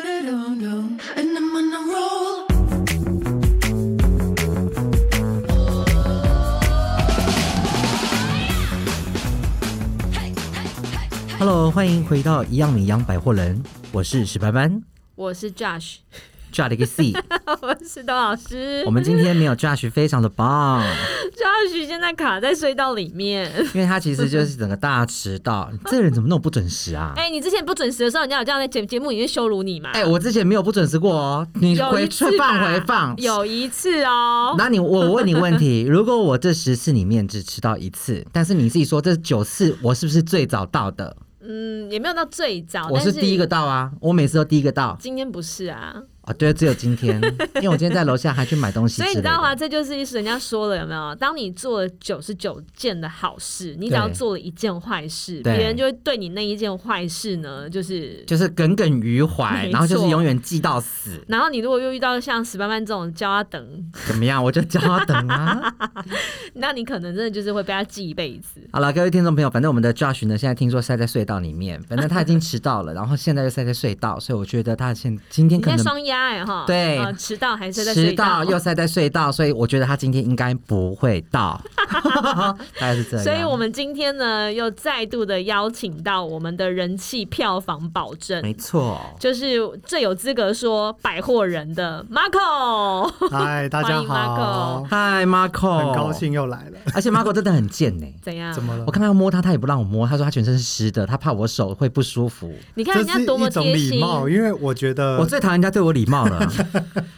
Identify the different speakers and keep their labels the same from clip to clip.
Speaker 1: And I'm on a roll.
Speaker 2: 哈喽，欢迎回到一样米阳百货人，我是史班班
Speaker 3: 我是 Josh，
Speaker 2: Josh 个 C。
Speaker 3: 我是董老师
Speaker 2: 我。们今天没有 Josh，非常的棒，
Speaker 3: Josh 现在卡在隧道里面。
Speaker 2: 因为他其实就是整个大迟到。这个人怎么那么不准时啊？
Speaker 3: 哎、你之前不准时的时候，人家有这样在节节目里面羞辱你嘛？
Speaker 2: 哎、我之前没有不准时过哦，你
Speaker 3: 有
Speaker 2: 回
Speaker 3: 一
Speaker 2: 去
Speaker 3: 次吧
Speaker 2: 放回放。
Speaker 3: 有一次哦。
Speaker 2: 那你我问你问 题，如果我这十次里面只迟到一次，但是你自己说这九次我是不是最早到的？
Speaker 3: 嗯，也没有到最早，
Speaker 2: 我是
Speaker 3: 但
Speaker 2: 第一个。到啊，我每次都第一个到
Speaker 3: 今天不是啊，
Speaker 2: 啊。对，只有今天，因为我今天在楼下还去买东西
Speaker 3: 所
Speaker 2: 之
Speaker 3: 以
Speaker 2: 类
Speaker 3: 你知道吗？
Speaker 2: 的。
Speaker 3: 这就是人家说了有没有？当你做了九十九件的好事，你只要
Speaker 2: 对
Speaker 3: 做了一件坏事，
Speaker 2: 对
Speaker 3: 别人就会对你那一件坏事呢，就是
Speaker 2: 就是耿耿于怀，
Speaker 3: 没
Speaker 2: 然后就是
Speaker 3: 错
Speaker 2: 永远记到死，
Speaker 3: 然后你如果又遇到像史班班这种叫他等，
Speaker 2: 怎么样？我就叫他等啊。
Speaker 3: 那你可能真的就是会被他记一辈子。
Speaker 2: 好了，各位听众朋友，反正我们的 Josh 呢，现在听说塞在隧道里面，反正他已经迟到了，然后现在又塞在隧道，所以我觉得他现今天
Speaker 3: 你
Speaker 2: 可
Speaker 3: 在
Speaker 2: 能
Speaker 3: 双压哎哈，
Speaker 2: 对
Speaker 3: 呃迟到还是在
Speaker 2: 迟
Speaker 3: 睡
Speaker 2: 到
Speaker 3: 觉，
Speaker 2: 又塞在隧道，所以我觉得他今天应该不会 到， 大概是这样。
Speaker 3: 所以我们今天呢又再度的邀请到我们的人气票房保证。
Speaker 2: 没错，
Speaker 3: 就是最有资格说百货人的 Marco，
Speaker 4: 嗨，大家
Speaker 3: 欢
Speaker 4: 好，
Speaker 2: 嗨，Marco，
Speaker 4: 很高，兴又来了。
Speaker 2: 而且 Marco 真的很贱呢、
Speaker 3: 怎样？
Speaker 4: 怎么了
Speaker 2: 我？看他要摸他，他也不让我摸，他说他全身是湿的，他怕我手会不舒服。
Speaker 3: 你看
Speaker 4: 这
Speaker 3: 人家
Speaker 4: 是
Speaker 3: 多么
Speaker 4: 一种
Speaker 3: 贴
Speaker 4: 礼
Speaker 3: 心，
Speaker 4: 貌，因为我觉得
Speaker 2: 我最讨厌人家对我礼貌了，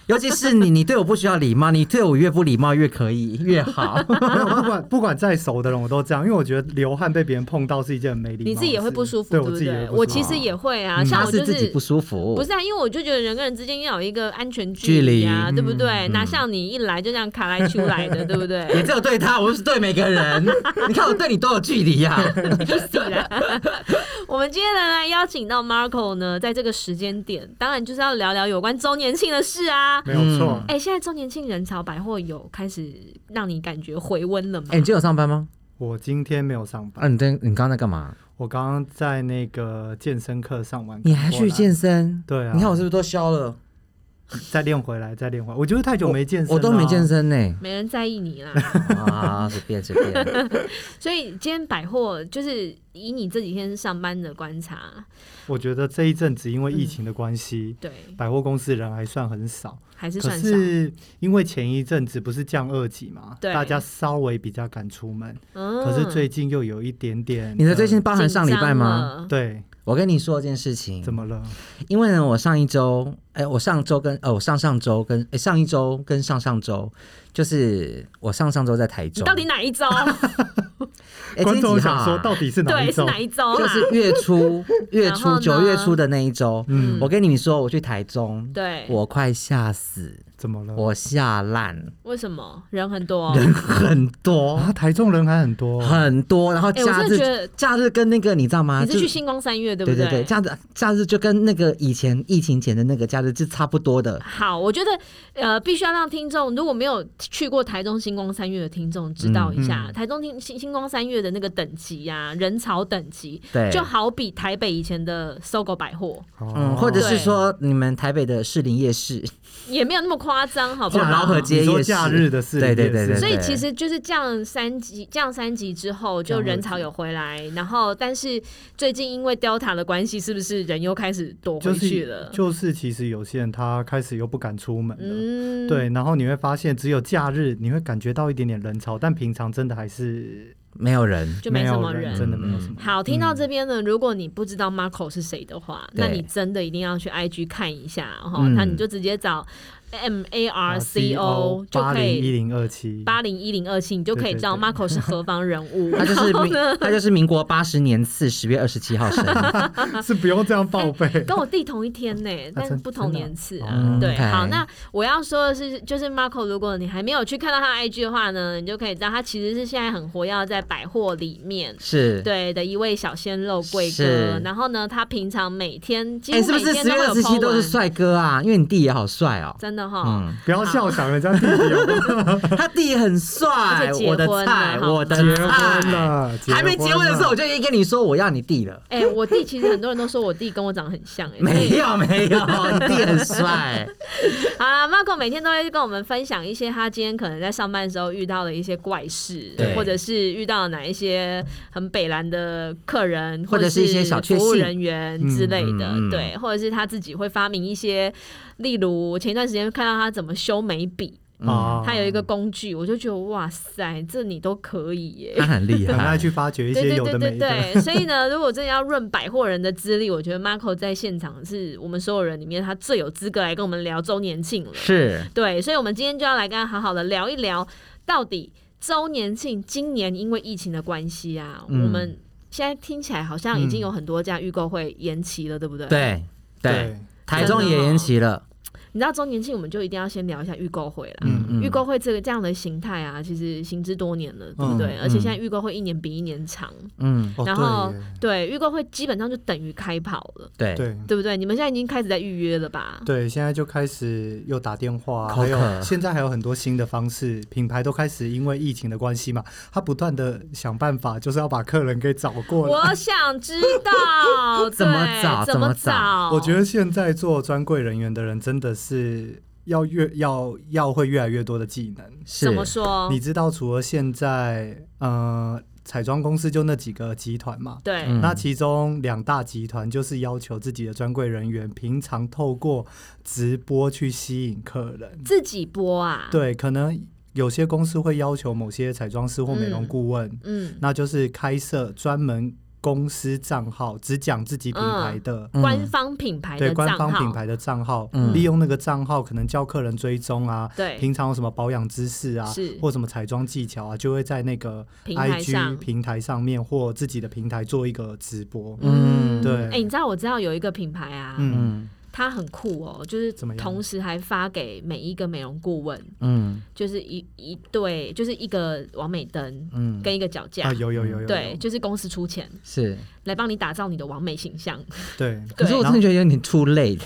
Speaker 2: 尤其是你，你对我不需要礼貌，你对我越不礼貌越可以越好。
Speaker 4: 没有不管不管再熟的人，我都这样，因为我觉得流汗被别人碰到是一件很没礼貌的事。
Speaker 3: 你自己也会不舒服，
Speaker 4: 对
Speaker 3: 不
Speaker 4: 我自己也会
Speaker 3: 对？
Speaker 4: 不舒服嗯
Speaker 3: 我其实也会啊，像
Speaker 2: 他
Speaker 3: 我就是
Speaker 2: 自己不舒服，
Speaker 3: 不是啊，因为我就觉得人跟人之间要有一个安全
Speaker 2: 距
Speaker 3: 距
Speaker 2: 离
Speaker 3: 离啊，对不
Speaker 4: 嗯
Speaker 3: 对？哪像你一来就这样卡来出来 的，对不对？
Speaker 2: 也只有对他，我不是对每个 人。你看我对你多有距离啊呀、
Speaker 3: 死了。啊我们今天呢来邀请到 Marco 呢，在这个时间点，当然就是要聊聊有关周年庆的事啊。
Speaker 4: 没有错
Speaker 2: 嗯。
Speaker 3: 哎、现在周年庆人潮百货有开始让你感觉回温了吗？
Speaker 2: 哎、你今天有上班吗？
Speaker 4: 我今天没有上
Speaker 2: 啊，
Speaker 4: 班，
Speaker 2: 你今你刚刚在干嘛？
Speaker 4: 我刚刚在那个健身课上完，
Speaker 2: 你还去健
Speaker 4: 过
Speaker 2: 身？
Speaker 4: 对啊
Speaker 2: 你看我是不是都消了？
Speaker 4: 来？再练回来，再练回来。我就是太久没健身了啊
Speaker 2: 我都没健。身呢、
Speaker 3: 没人在意你啦。
Speaker 2: 啊，随便随便。
Speaker 3: 所以今天百货就是以你这几天上班的观察，
Speaker 4: 我觉得这一阵子因为疫情的关系，
Speaker 3: 对，
Speaker 4: 百货公司人还算很少。
Speaker 3: 还是
Speaker 4: 可
Speaker 3: 算少。
Speaker 4: 是因为前一阵子不是降二级嘛，
Speaker 3: 对
Speaker 4: 大家稍微比较敢出门，
Speaker 3: 嗯
Speaker 4: 可是最近又有一点点。
Speaker 2: 你的最近包含
Speaker 3: 紧
Speaker 2: 上礼拜
Speaker 3: 张
Speaker 2: 吗？
Speaker 3: 了？
Speaker 4: 对，
Speaker 2: 我跟你说一件事情
Speaker 4: 怎，么了？
Speaker 2: 因为呢，我上一周，哎、我上周跟呃，我上上周跟、哎上一周跟上上周，就是我上上周在台
Speaker 3: 你
Speaker 2: 中。
Speaker 3: 到底哪一周？啊
Speaker 2: 哎 今
Speaker 4: 观
Speaker 2: 天
Speaker 4: 众
Speaker 2: 几号啊
Speaker 4: 想说到 底是哪一
Speaker 3: 对，是
Speaker 4: 种？嗯
Speaker 3: 哪一周啊
Speaker 2: 就
Speaker 3: 啦？
Speaker 2: 是月 初月
Speaker 3: 哦然
Speaker 2: 初
Speaker 3: 后呢
Speaker 2: 九月初的那一周，
Speaker 4: 嗯
Speaker 2: 我跟你说，我去台中，
Speaker 3: 对，
Speaker 2: 我快吓死，
Speaker 4: 怎么了？
Speaker 2: 我吓烂，
Speaker 3: 为什么人很多？
Speaker 2: 很多
Speaker 4: 啊，台中人还很多，
Speaker 2: 很多，然后
Speaker 3: 哎我
Speaker 2: 假
Speaker 3: 真的觉得
Speaker 2: 日假日跟那个你知道吗？
Speaker 3: 你是去
Speaker 2: 就
Speaker 3: 星光三月对不
Speaker 2: 对对对，
Speaker 3: 对
Speaker 2: 假日假日就跟那个以前疫情前的那个假日是差不多的，
Speaker 3: 好，我觉得呃，必须要让听众，如果没有去过台中星光三月的听众知道一下，
Speaker 4: 嗯嗯
Speaker 3: 台中星星星光三月的那个等级呀、人潮等级，
Speaker 2: 对，
Speaker 3: 就好比台北以前的搜狗百货，
Speaker 4: 哦
Speaker 2: 嗯，或者是
Speaker 3: 对
Speaker 2: 说你们台北的士林夜市，
Speaker 3: 也没有那么夸张，好不
Speaker 2: 就
Speaker 3: 好？
Speaker 2: 老和街
Speaker 4: 哦你
Speaker 2: 夜
Speaker 4: 说
Speaker 2: 市，
Speaker 4: 假日的市
Speaker 2: 对对
Speaker 4: 夜
Speaker 2: 对对，
Speaker 4: 市
Speaker 3: 所以
Speaker 2: 对
Speaker 3: 其实就是降三级，降三级之后，就
Speaker 4: 降二
Speaker 3: 人
Speaker 4: 级
Speaker 3: 潮有回来，然后但是最近因为 Delta 的关系，是不是人又开始躲
Speaker 4: 就
Speaker 3: 回去
Speaker 4: 是
Speaker 3: 了？
Speaker 4: 就是，其实有些人他开始又不敢出门了。
Speaker 3: 嗯，
Speaker 4: 对，然后你会发现，只有假日你会感觉到一点点人潮，但平常真的还是
Speaker 2: 没有人，
Speaker 3: 就没什
Speaker 4: 有
Speaker 3: 么
Speaker 4: 人，
Speaker 3: 人。嗯
Speaker 4: 真的没有什么人。
Speaker 3: 好，听到这边呢，如果你不知道 Marco 是谁的话，
Speaker 4: 嗯
Speaker 2: 对
Speaker 3: 那你真的一定要去 IG 看一下哈，
Speaker 2: 嗯
Speaker 3: 那、你就直接找 M A R C O 就
Speaker 4: 八
Speaker 3: 可
Speaker 4: 零一
Speaker 3: 以。
Speaker 4: 零二七，
Speaker 3: 八零一零二七，你就可以知道
Speaker 4: 对对
Speaker 3: Marco 是何方人 物。哎
Speaker 2: 他就是
Speaker 3: 然后
Speaker 2: 民
Speaker 3: 呢，
Speaker 2: 他就是民国八十年次十月二十七号生。
Speaker 4: 是不用这样报备。
Speaker 3: 跟我弟同一天 呢，但是
Speaker 4: 真
Speaker 3: 不同年次
Speaker 4: 真的
Speaker 3: 啊
Speaker 4: 啊。
Speaker 3: 对，
Speaker 2: OK
Speaker 3: 好，那我要说的是，就是 Marco，如果你还没有去看到他的 IG 的话呢，你就可以知道他其实是现在很活跃在百货里面。
Speaker 2: 是，
Speaker 3: 对的一位小鲜肉贵
Speaker 2: 是
Speaker 3: 哥，然后呢，他平常每天几
Speaker 2: 哎、
Speaker 3: 乎
Speaker 2: 是不
Speaker 3: 每
Speaker 2: 是
Speaker 3: 天
Speaker 2: 十
Speaker 3: 都
Speaker 2: 月
Speaker 3: 会
Speaker 2: 二
Speaker 3: 有
Speaker 2: 十七
Speaker 3: po
Speaker 2: 都是
Speaker 3: 文
Speaker 2: 帅哥啊？因为你弟也好帅哦。
Speaker 3: 真的哈。
Speaker 2: 嗯，
Speaker 4: 不要笑想人家弟弟哦，
Speaker 2: 他弟很帅
Speaker 3: 而且，结
Speaker 2: 我的
Speaker 3: 婚了
Speaker 2: 菜，
Speaker 3: 哈
Speaker 2: 我的
Speaker 4: 结婚
Speaker 2: 菜。
Speaker 4: 了，
Speaker 2: 还没结婚的时候，我就已经跟你说我要你弟了。
Speaker 3: 哎、我弟其实很多人都说我弟跟我长得很像、哎，
Speaker 2: 没有没 有，你弟很帅。
Speaker 3: 好啦 m a r c o 每天都会跟我们分享一些他今天可能在上班的时候遇到的一些怪事
Speaker 2: 对，
Speaker 3: 或者是遇到哪一些很北蓝的客人，
Speaker 2: 或者是
Speaker 3: 是
Speaker 2: 一些小确幸
Speaker 3: 服务人员之类的，
Speaker 2: 嗯嗯嗯
Speaker 3: 对，或者是他自己会发明一些，例如前一段时间看到他怎么修眉笔，
Speaker 4: 啊，
Speaker 3: 他有一个工具，我就觉得哇塞，这你都可以耶、
Speaker 2: 他很厉
Speaker 4: 很爱
Speaker 2: 害，
Speaker 4: 去发掘 一
Speaker 3: 对
Speaker 4: 些
Speaker 3: 对
Speaker 4: 有
Speaker 3: 对
Speaker 4: 的
Speaker 3: 对
Speaker 4: 没的，
Speaker 3: 对，所以呢， 如果真的要论百货人的资历，我觉得 Marco 在现场是我们所有人里面他最有资格来跟我们聊周年庆了。
Speaker 2: 是
Speaker 3: 对，所以我们今天就要来跟他好好的聊一聊，到底周年庆今年因为疫情的关系啊，
Speaker 2: 嗯
Speaker 3: 我们现在听起来好像已
Speaker 4: 嗯
Speaker 3: 经有很多家预购会延期了，对不对？。
Speaker 2: 对对。
Speaker 4: 对，
Speaker 2: 台中
Speaker 3: 哦
Speaker 2: 也延期了，
Speaker 3: 你知道周年庆，我们就一定要先聊一下预购会啦。
Speaker 4: 嗯
Speaker 2: 嗯
Speaker 3: 预购会这个这样的形态啊，其实行之多年了，对不对？
Speaker 4: 嗯
Speaker 3: 而且现在预购会一年比一年长，
Speaker 2: 嗯，
Speaker 4: 哦
Speaker 3: 然后
Speaker 4: 对耶
Speaker 3: 对预购会基本上就等于开跑了，
Speaker 2: 对，
Speaker 4: 对。
Speaker 3: 对不对？你们现在已经开始在预约了吧？
Speaker 4: 对，现在就开始又打电话啊，
Speaker 2: 口
Speaker 4: 还
Speaker 2: 渴
Speaker 4: 有现在还有很多新的方式，品牌都开始因为疫情的关系嘛，他不断的想办法，就是要把客人给找过来。
Speaker 3: 我想知道
Speaker 2: 怎么
Speaker 3: 对
Speaker 2: 找
Speaker 3: 怎么
Speaker 2: 怎么
Speaker 3: 找？
Speaker 4: 我觉得现在做专柜人员的人真的是要越要要会越来越多的技能。
Speaker 2: 是
Speaker 3: 怎么说？
Speaker 4: 你知道，除了现在呃彩妆公司就那几个集团嘛，
Speaker 3: 对，
Speaker 2: 嗯
Speaker 4: 那其中两大集团就是要求自己的专柜人员平常透过直播去吸引客人。
Speaker 3: 自己播啊？，
Speaker 4: 对，可能有些公司会要求某些彩妆师或美容
Speaker 3: 嗯
Speaker 4: 顾问，
Speaker 3: 嗯，
Speaker 4: 那就是开设专门公司账号，只讲自己品牌的。
Speaker 2: 嗯
Speaker 3: 官方品牌
Speaker 4: 对
Speaker 3: 的
Speaker 4: 官
Speaker 3: 账
Speaker 4: 方品
Speaker 3: 号，
Speaker 4: 牌的账号，
Speaker 2: 嗯
Speaker 4: 利用那个账号可能教客人追踪啊，
Speaker 3: 对
Speaker 4: 平常有什么保养知识啊
Speaker 3: 是，
Speaker 4: 或什么彩妆技巧啊，就会在那个
Speaker 3: 平台上
Speaker 4: IG 平台上面或自己的平台做一个直播。
Speaker 2: 嗯
Speaker 4: 对
Speaker 3: 哎，你知道我知道有一个品牌啊，
Speaker 4: 嗯
Speaker 2: 嗯
Speaker 3: 它很酷哦，就是
Speaker 4: 怎么样
Speaker 3: 同时还发给每一个美容顾问，
Speaker 2: 嗯
Speaker 3: 就是一一对，就是一个完美灯
Speaker 2: 嗯，
Speaker 3: 跟一个脚架
Speaker 4: 啊，，有有有有有，
Speaker 3: 对，就是公司出钱
Speaker 2: 是。
Speaker 3: 来帮你打造你的完美形象。
Speaker 4: 对。
Speaker 2: 可是我真的觉得有点 too late，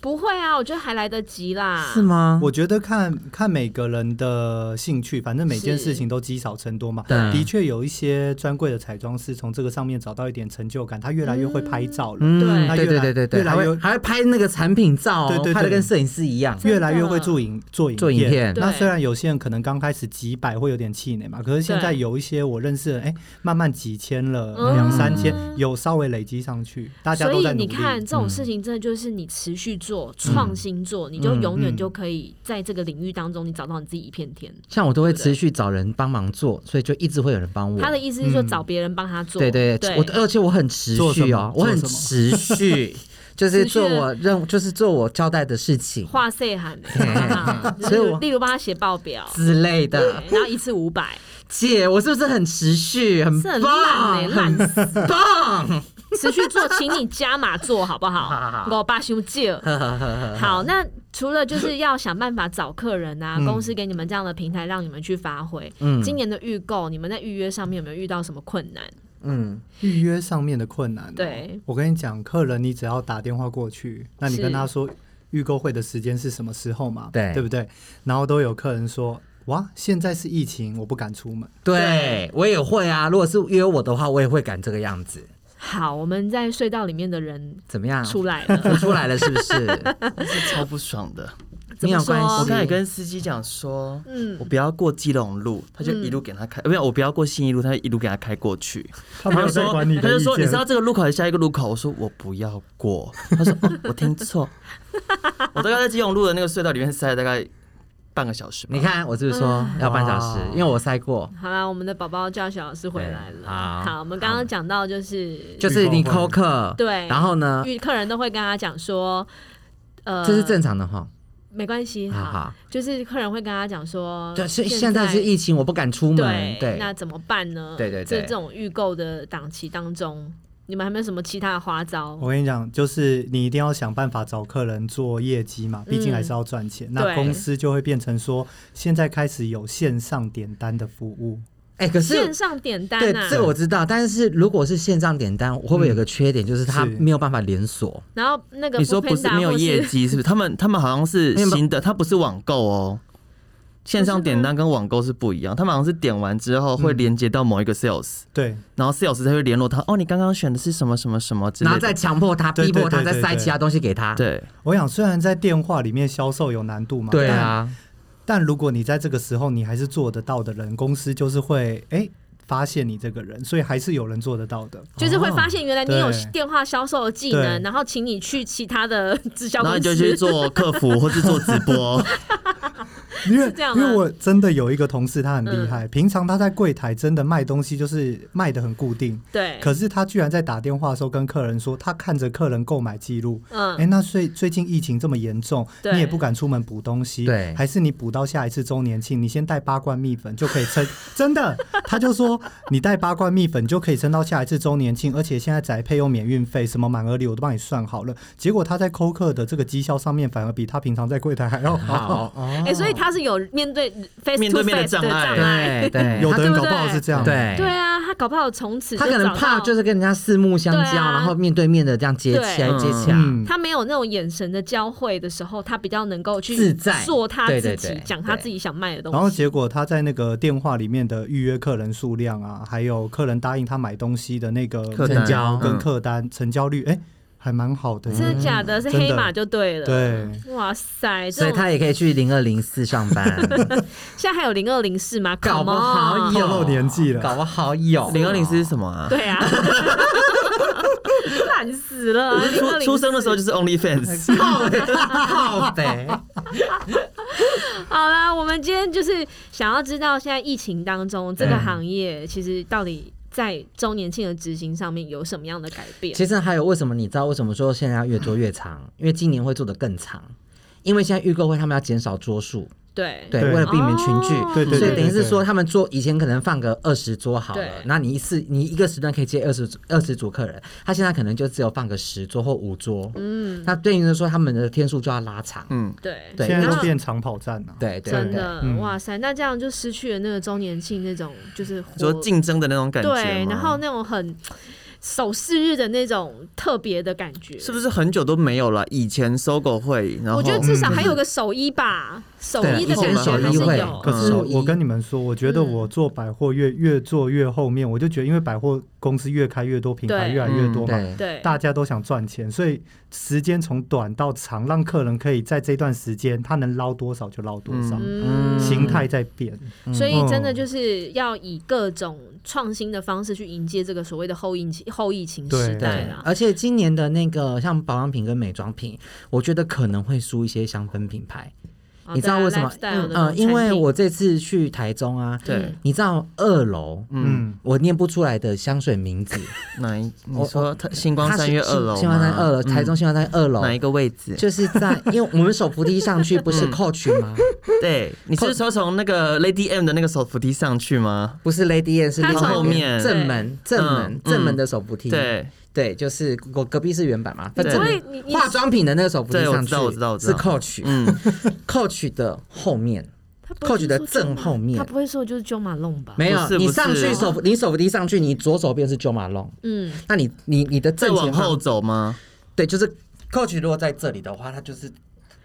Speaker 3: 不会啊，我觉得还来得及啦。
Speaker 2: 是吗？
Speaker 4: 我觉得看看每个人的兴趣，反正每件
Speaker 3: 是
Speaker 4: 事情都积少成多嘛。
Speaker 2: 对
Speaker 4: 的确有一些专柜的彩妆师从这个上面找到一点成就感，他越来越会拍照了，
Speaker 2: 嗯，
Speaker 4: 那
Speaker 2: 对
Speaker 4: 越
Speaker 2: 对
Speaker 4: 来
Speaker 2: 对对对，
Speaker 4: 越来
Speaker 2: 还会
Speaker 4: 越
Speaker 2: 还会拍那个产品照
Speaker 4: 对
Speaker 2: 哦
Speaker 4: 对，对
Speaker 2: 拍的跟摄影师一样。
Speaker 4: 越来越会做影做影
Speaker 2: 做影片
Speaker 4: 那
Speaker 3: 对
Speaker 4: 虽然有些人可能刚开始几百会有点气馁嘛，可是现在
Speaker 3: 对
Speaker 4: 有一些我认识的人，哎，慢慢几千了，
Speaker 3: 嗯
Speaker 4: 两三千，有稍微累积上去，大家
Speaker 3: 所
Speaker 4: 都在
Speaker 3: 以
Speaker 4: 努
Speaker 3: 你
Speaker 4: 力。
Speaker 3: 看，这种事情真的就是你持续做、创新做，你就永远
Speaker 4: 嗯
Speaker 3: 就可以在这个领域当中，你找到你自己一片天。
Speaker 2: 像我都会
Speaker 3: 对不对
Speaker 2: 持续找人帮忙做，所以就一直会有人帮我。
Speaker 3: 他的意思是说找别人帮他做，
Speaker 2: 对对
Speaker 3: 对，
Speaker 2: 对，我而且我很持
Speaker 4: 做什
Speaker 2: 续哦
Speaker 4: 么，
Speaker 2: 我很
Speaker 4: 做
Speaker 2: 持 续，就是
Speaker 3: 持续啊
Speaker 2: 做我任务，就是做我交代的事情
Speaker 3: 画塞喊的，
Speaker 2: 所以我
Speaker 3: 例如帮他写报表，
Speaker 2: 之类
Speaker 3: 对
Speaker 2: 的。
Speaker 3: 然后一次五百，
Speaker 2: 姐，我是不是很持续？很
Speaker 3: 是很烂哎，
Speaker 2: 棒，很
Speaker 3: 烂死！
Speaker 2: 棒。
Speaker 3: 持续做，请你加码做好不
Speaker 2: 好好
Speaker 3: 好？
Speaker 2: 好嗯
Speaker 3: 我爸兄借。好，那除了就是要想办法找客人啊，公司给你们这样的平台让你们去发挥。
Speaker 2: 嗯
Speaker 3: 今年的预购，你们在预约上面有没有遇到什么困难？
Speaker 2: 嗯，
Speaker 4: 预约上面的困难、哦
Speaker 3: 对，
Speaker 4: 我跟你讲，客人你只要打电话过去，那你
Speaker 3: 是
Speaker 4: 跟他说预购会的时间是什么时候嘛？
Speaker 2: 对
Speaker 4: 对不对？然后都有客人说，哇，现在是疫情，我不敢出门。
Speaker 2: 对我也会啊。如果是约我的话，我也会敢这个样子。
Speaker 3: 好，我们在隧道里面的人
Speaker 2: 怎么样？
Speaker 3: 出来了，
Speaker 2: 我出来了是不是？
Speaker 5: 是超不爽的。
Speaker 3: 怎么
Speaker 2: 没有关
Speaker 5: 我
Speaker 2: 系
Speaker 3: 说？
Speaker 5: 刚才跟司机讲说，
Speaker 3: 哦嗯
Speaker 5: 我不要过基隆路，他就一路给他开，呃没有，我不要过信义路，他就一路给他开过 去。
Speaker 4: 他
Speaker 5: 就说，他就说，你知道这个路口还是下一个路口？我说我不要过。他说，哦，我听错。我大概在基隆路的那个隧道里面塞了大概半个小时吧。
Speaker 2: 你看我是不是说要半小时
Speaker 4: 哇？
Speaker 2: 因为我塞过，
Speaker 3: 好啦，我们的宝宝叫小老师回来
Speaker 2: 对
Speaker 3: 了。
Speaker 2: 好
Speaker 3: 我们刚刚讲到就是
Speaker 2: 就是你
Speaker 4: 预购
Speaker 2: 扣
Speaker 4: 会
Speaker 2: 客，
Speaker 3: 对
Speaker 2: 然后呢，
Speaker 3: 遇客人都会跟他讲说，呃，
Speaker 2: 这是正常的哈。
Speaker 3: 没关系，
Speaker 2: 好
Speaker 3: 嗯好，
Speaker 2: 好
Speaker 3: 就是客人会跟他讲说，
Speaker 2: 对，是现
Speaker 3: 现
Speaker 2: 在是疫情，我不敢出门
Speaker 3: 对，，
Speaker 2: 对，
Speaker 3: 那怎么办呢？
Speaker 2: 对对对
Speaker 3: 这这种预购的档期当中，你们还没有什么其他的花招？
Speaker 4: 我跟你讲，就是你一定要想办法找客人做业绩
Speaker 5: 嗯
Speaker 4: 嘛，毕竟还是要赚钱。
Speaker 3: 对
Speaker 4: 那公司就会变成说，现在开始有线上点单的服务，
Speaker 2: 哎、哎、可是
Speaker 3: 线上点单
Speaker 2: 对
Speaker 3: 啊，
Speaker 2: 这我知道，但是如果是线上点单，会不会有个缺点，就是它
Speaker 4: 嗯是
Speaker 2: 没有办法连锁？
Speaker 3: 然后那个
Speaker 5: 你说不是
Speaker 3: Foodpanda
Speaker 5: 没有
Speaker 3: 或是
Speaker 5: 业绩是不是？他们他们好像是
Speaker 2: 没有
Speaker 5: 新的，它不是网购哦。线上点单跟网购是不一样，他们好像是点完之后会连接到某一个 sales，、
Speaker 4: 对，
Speaker 5: 然后 sales 才会联络他。哦，你刚刚选的是什么什么什么之
Speaker 2: 然
Speaker 5: 类
Speaker 2: 后
Speaker 5: 的
Speaker 2: 再。强迫他、
Speaker 4: 对
Speaker 2: 逼迫他，
Speaker 4: 对对
Speaker 2: 再
Speaker 4: 对
Speaker 2: 塞
Speaker 4: 对啊
Speaker 2: 其他东西给他。
Speaker 5: 对，
Speaker 4: 我想虽然在电话里面销售有难度嘛，
Speaker 2: 对啊，
Speaker 4: 但，但如果你在这个时候你还是做得到的人，公司就是会哎发现你这个人，所以还是有人做得到 的。哦
Speaker 3: 就是会发现原来你有
Speaker 4: 对
Speaker 3: 电话销售的技能，
Speaker 4: 对
Speaker 3: 然后请你去其他的直销
Speaker 5: 然后
Speaker 3: 公
Speaker 5: 你就去
Speaker 3: 司。
Speaker 5: 做客服或是做直 播，
Speaker 4: 因为
Speaker 3: 是这样啊嗯吗
Speaker 4: 因为我真的有一个同事，他很厉害，平常他在柜台真的卖东西，就是卖的很固定。
Speaker 3: 对，
Speaker 4: 可是他居然在打电话的时候跟客人说，他看着客人购买记录。哎、
Speaker 3: 嗯，
Speaker 4: 那最最近疫情这么严重，
Speaker 3: 对
Speaker 4: 你也不敢出门补东西，
Speaker 2: 对
Speaker 4: 还是你补到下一次周年庆，你先带八罐蜜粉就可以撑。 真的，他就说你带八罐蜜粉就可以撑到下一次周年庆，而且现在宅配又免运费，什么满额礼我都帮你算好了。结果他在扣客的这个绩效上面，反而比他平常在柜台还要好。
Speaker 2: 好，
Speaker 3: 哎、所以他是有面对 face
Speaker 5: 面
Speaker 3: to
Speaker 5: 对面的
Speaker 3: face
Speaker 5: 障碍
Speaker 2: 对对，
Speaker 4: 有的人
Speaker 3: 对
Speaker 4: 搞
Speaker 3: 不
Speaker 4: 不好
Speaker 3: 对
Speaker 4: 是这样，
Speaker 2: 他，对
Speaker 3: 对啊，他搞不好从此
Speaker 2: 他可能怕就是是跟人家四目相
Speaker 3: 对
Speaker 2: 交，
Speaker 3: 啊
Speaker 2: 然后面对面的这样接
Speaker 3: 对啊
Speaker 2: 起来接起来。
Speaker 4: 嗯，
Speaker 3: 他没有那种眼神的交汇的时候，他比较能够去
Speaker 2: 自在
Speaker 3: 做他
Speaker 2: 对
Speaker 3: 自
Speaker 2: 对
Speaker 3: 己
Speaker 2: 对，
Speaker 3: 讲他
Speaker 2: 对
Speaker 3: 自己想卖的东
Speaker 4: 然后
Speaker 3: 西。
Speaker 4: 结果他在那个电话里面的预约客人数量啊，还有客人答应他买东西的那个
Speaker 5: 客
Speaker 2: 单嗯
Speaker 4: 成交跟
Speaker 5: 嗯
Speaker 4: 客单、成交率，哎、还蛮好的。
Speaker 3: 真的假的？是
Speaker 4: 真的
Speaker 3: 黑马就对了。
Speaker 4: 对，
Speaker 3: 哇塞，这
Speaker 2: 所以
Speaker 3: 种
Speaker 2: 他也可以去零二零四上班，
Speaker 3: 现在还有零二零四吗？
Speaker 2: 搞不
Speaker 3: Come on
Speaker 2: 好有
Speaker 4: 透露年纪了
Speaker 2: 搞不好有
Speaker 5: 零二零四是什么啊？
Speaker 3: 对啊， 烂死了。
Speaker 5: 我是出
Speaker 3: 0204
Speaker 5: 出生的时候就是 OnlyFans，
Speaker 2: 靠北靠北，
Speaker 3: 好啦，我们今天就是想要知道，现在疫情当中这个
Speaker 5: 嗯
Speaker 3: 行业其实到底在周年庆的执行上面有什么样的改变？
Speaker 2: 其实还有为什么你知道为什么说现在要越做越长？因为今年会做的更长，因为现在预购会他们要减少桌数，
Speaker 3: 对
Speaker 2: 对，
Speaker 4: 对
Speaker 2: 为了避免群聚，
Speaker 3: 哦
Speaker 4: 对对对
Speaker 2: 所以等于是
Speaker 4: 对
Speaker 2: 说他们做以前可能放个二十桌好
Speaker 3: 对
Speaker 2: 了，那你一次你一个时段可以接二十二十组客人，他现在可能就只有放个十桌或五桌，
Speaker 3: 嗯，
Speaker 2: 那对应的说他们的天数就要拉长，
Speaker 5: 嗯，
Speaker 3: 对
Speaker 2: 对
Speaker 4: 现在
Speaker 2: 然
Speaker 4: 都
Speaker 2: 后
Speaker 4: 变长跑站啊了、
Speaker 2: 对对
Speaker 3: 真
Speaker 2: 对。
Speaker 3: 的、
Speaker 4: 嗯
Speaker 3: 哇塞，那这样就失去了那个周年庆那种就是活
Speaker 5: 说竞争的那种感觉吗。
Speaker 3: 对，然后那种很守四日的那种特别的感觉，
Speaker 5: 是不是很久都没有了？以前搜狗会，然后
Speaker 3: 我觉得至少还有个手一吧，手
Speaker 2: 嗯对
Speaker 3: 一的
Speaker 2: 以前
Speaker 3: 感觉
Speaker 2: 手
Speaker 3: 还
Speaker 2: 艺
Speaker 3: 是
Speaker 2: 会
Speaker 3: 有。
Speaker 4: 可是
Speaker 2: 嗯
Speaker 4: 我我跟你们说，我觉得
Speaker 3: 嗯
Speaker 4: 我做百货越越做越后面，我就觉得因为百货公司越开越多，品牌
Speaker 3: 对
Speaker 4: 越来越多嘛，
Speaker 2: 嗯对，
Speaker 3: 对，
Speaker 4: 大家都想赚钱，所以时间从短到长，让客人可以在这段时间他能捞多少就捞多少，
Speaker 3: 嗯
Speaker 4: 心态在变。
Speaker 3: 所以真的
Speaker 4: 嗯
Speaker 3: 就是要以各种创新的方式去迎接这个所谓的后疫情后疫情时
Speaker 4: 对
Speaker 3: 代
Speaker 2: 对
Speaker 3: 啦，。
Speaker 2: 而且今年的那个像保养品跟美妆品，我觉得可能会输一些香氛品牌。
Speaker 3: 啊
Speaker 2: 你知道为什么？
Speaker 3: 对啊，lifestyle 的那
Speaker 2: 呃，
Speaker 3: 种
Speaker 2: 因为
Speaker 3: 产品
Speaker 2: 我这次去台中啊，
Speaker 3: 嗯
Speaker 5: 对，
Speaker 2: 你知道二楼
Speaker 5: 嗯，
Speaker 4: 嗯，
Speaker 2: 我念不出来的香水名字，
Speaker 5: 哪一？你
Speaker 2: 我
Speaker 5: 说它星光三月二楼吗，
Speaker 2: 新光三二楼，
Speaker 5: 嗯
Speaker 2: 台中新光三二楼
Speaker 5: 哪一个嗯位置？
Speaker 2: 就是在，因为我们手扶梯上去不是 Coach 吗？
Speaker 5: 对，你是说从那个 Lady M 的那个手扶梯上去吗？
Speaker 2: 不是 Lady N，是另
Speaker 3: 它
Speaker 2: 外
Speaker 5: 从后面
Speaker 2: 正门正门
Speaker 5: 嗯
Speaker 2: 正门的手扶梯。
Speaker 5: 对，
Speaker 2: 对，就是我隔壁是原版嘛，
Speaker 5: 对
Speaker 2: 反正
Speaker 3: 所以你你
Speaker 2: 化妆品的那个手扶梯
Speaker 5: 对我
Speaker 2: 上
Speaker 5: 知
Speaker 2: 去，
Speaker 5: 道我知道我知
Speaker 2: 是
Speaker 5: 道
Speaker 2: Coach
Speaker 5: 嗯，
Speaker 2: Coach 的后面，
Speaker 3: 他不会
Speaker 2: Coach 的
Speaker 3: 说就
Speaker 2: 正
Speaker 3: 马
Speaker 2: 后面
Speaker 3: 他不会说就是就马弄吧？
Speaker 2: 没有
Speaker 5: 不是
Speaker 2: 你
Speaker 5: 不是
Speaker 2: 上去手扶你手扶梯上去，你左手边是 Jo Malone，
Speaker 3: 嗯，
Speaker 2: 那你你你的
Speaker 5: 再
Speaker 2: 正
Speaker 5: 往
Speaker 2: 前方
Speaker 5: 后走吗？
Speaker 2: 对，就是 Coach 如果在这里的话，他就是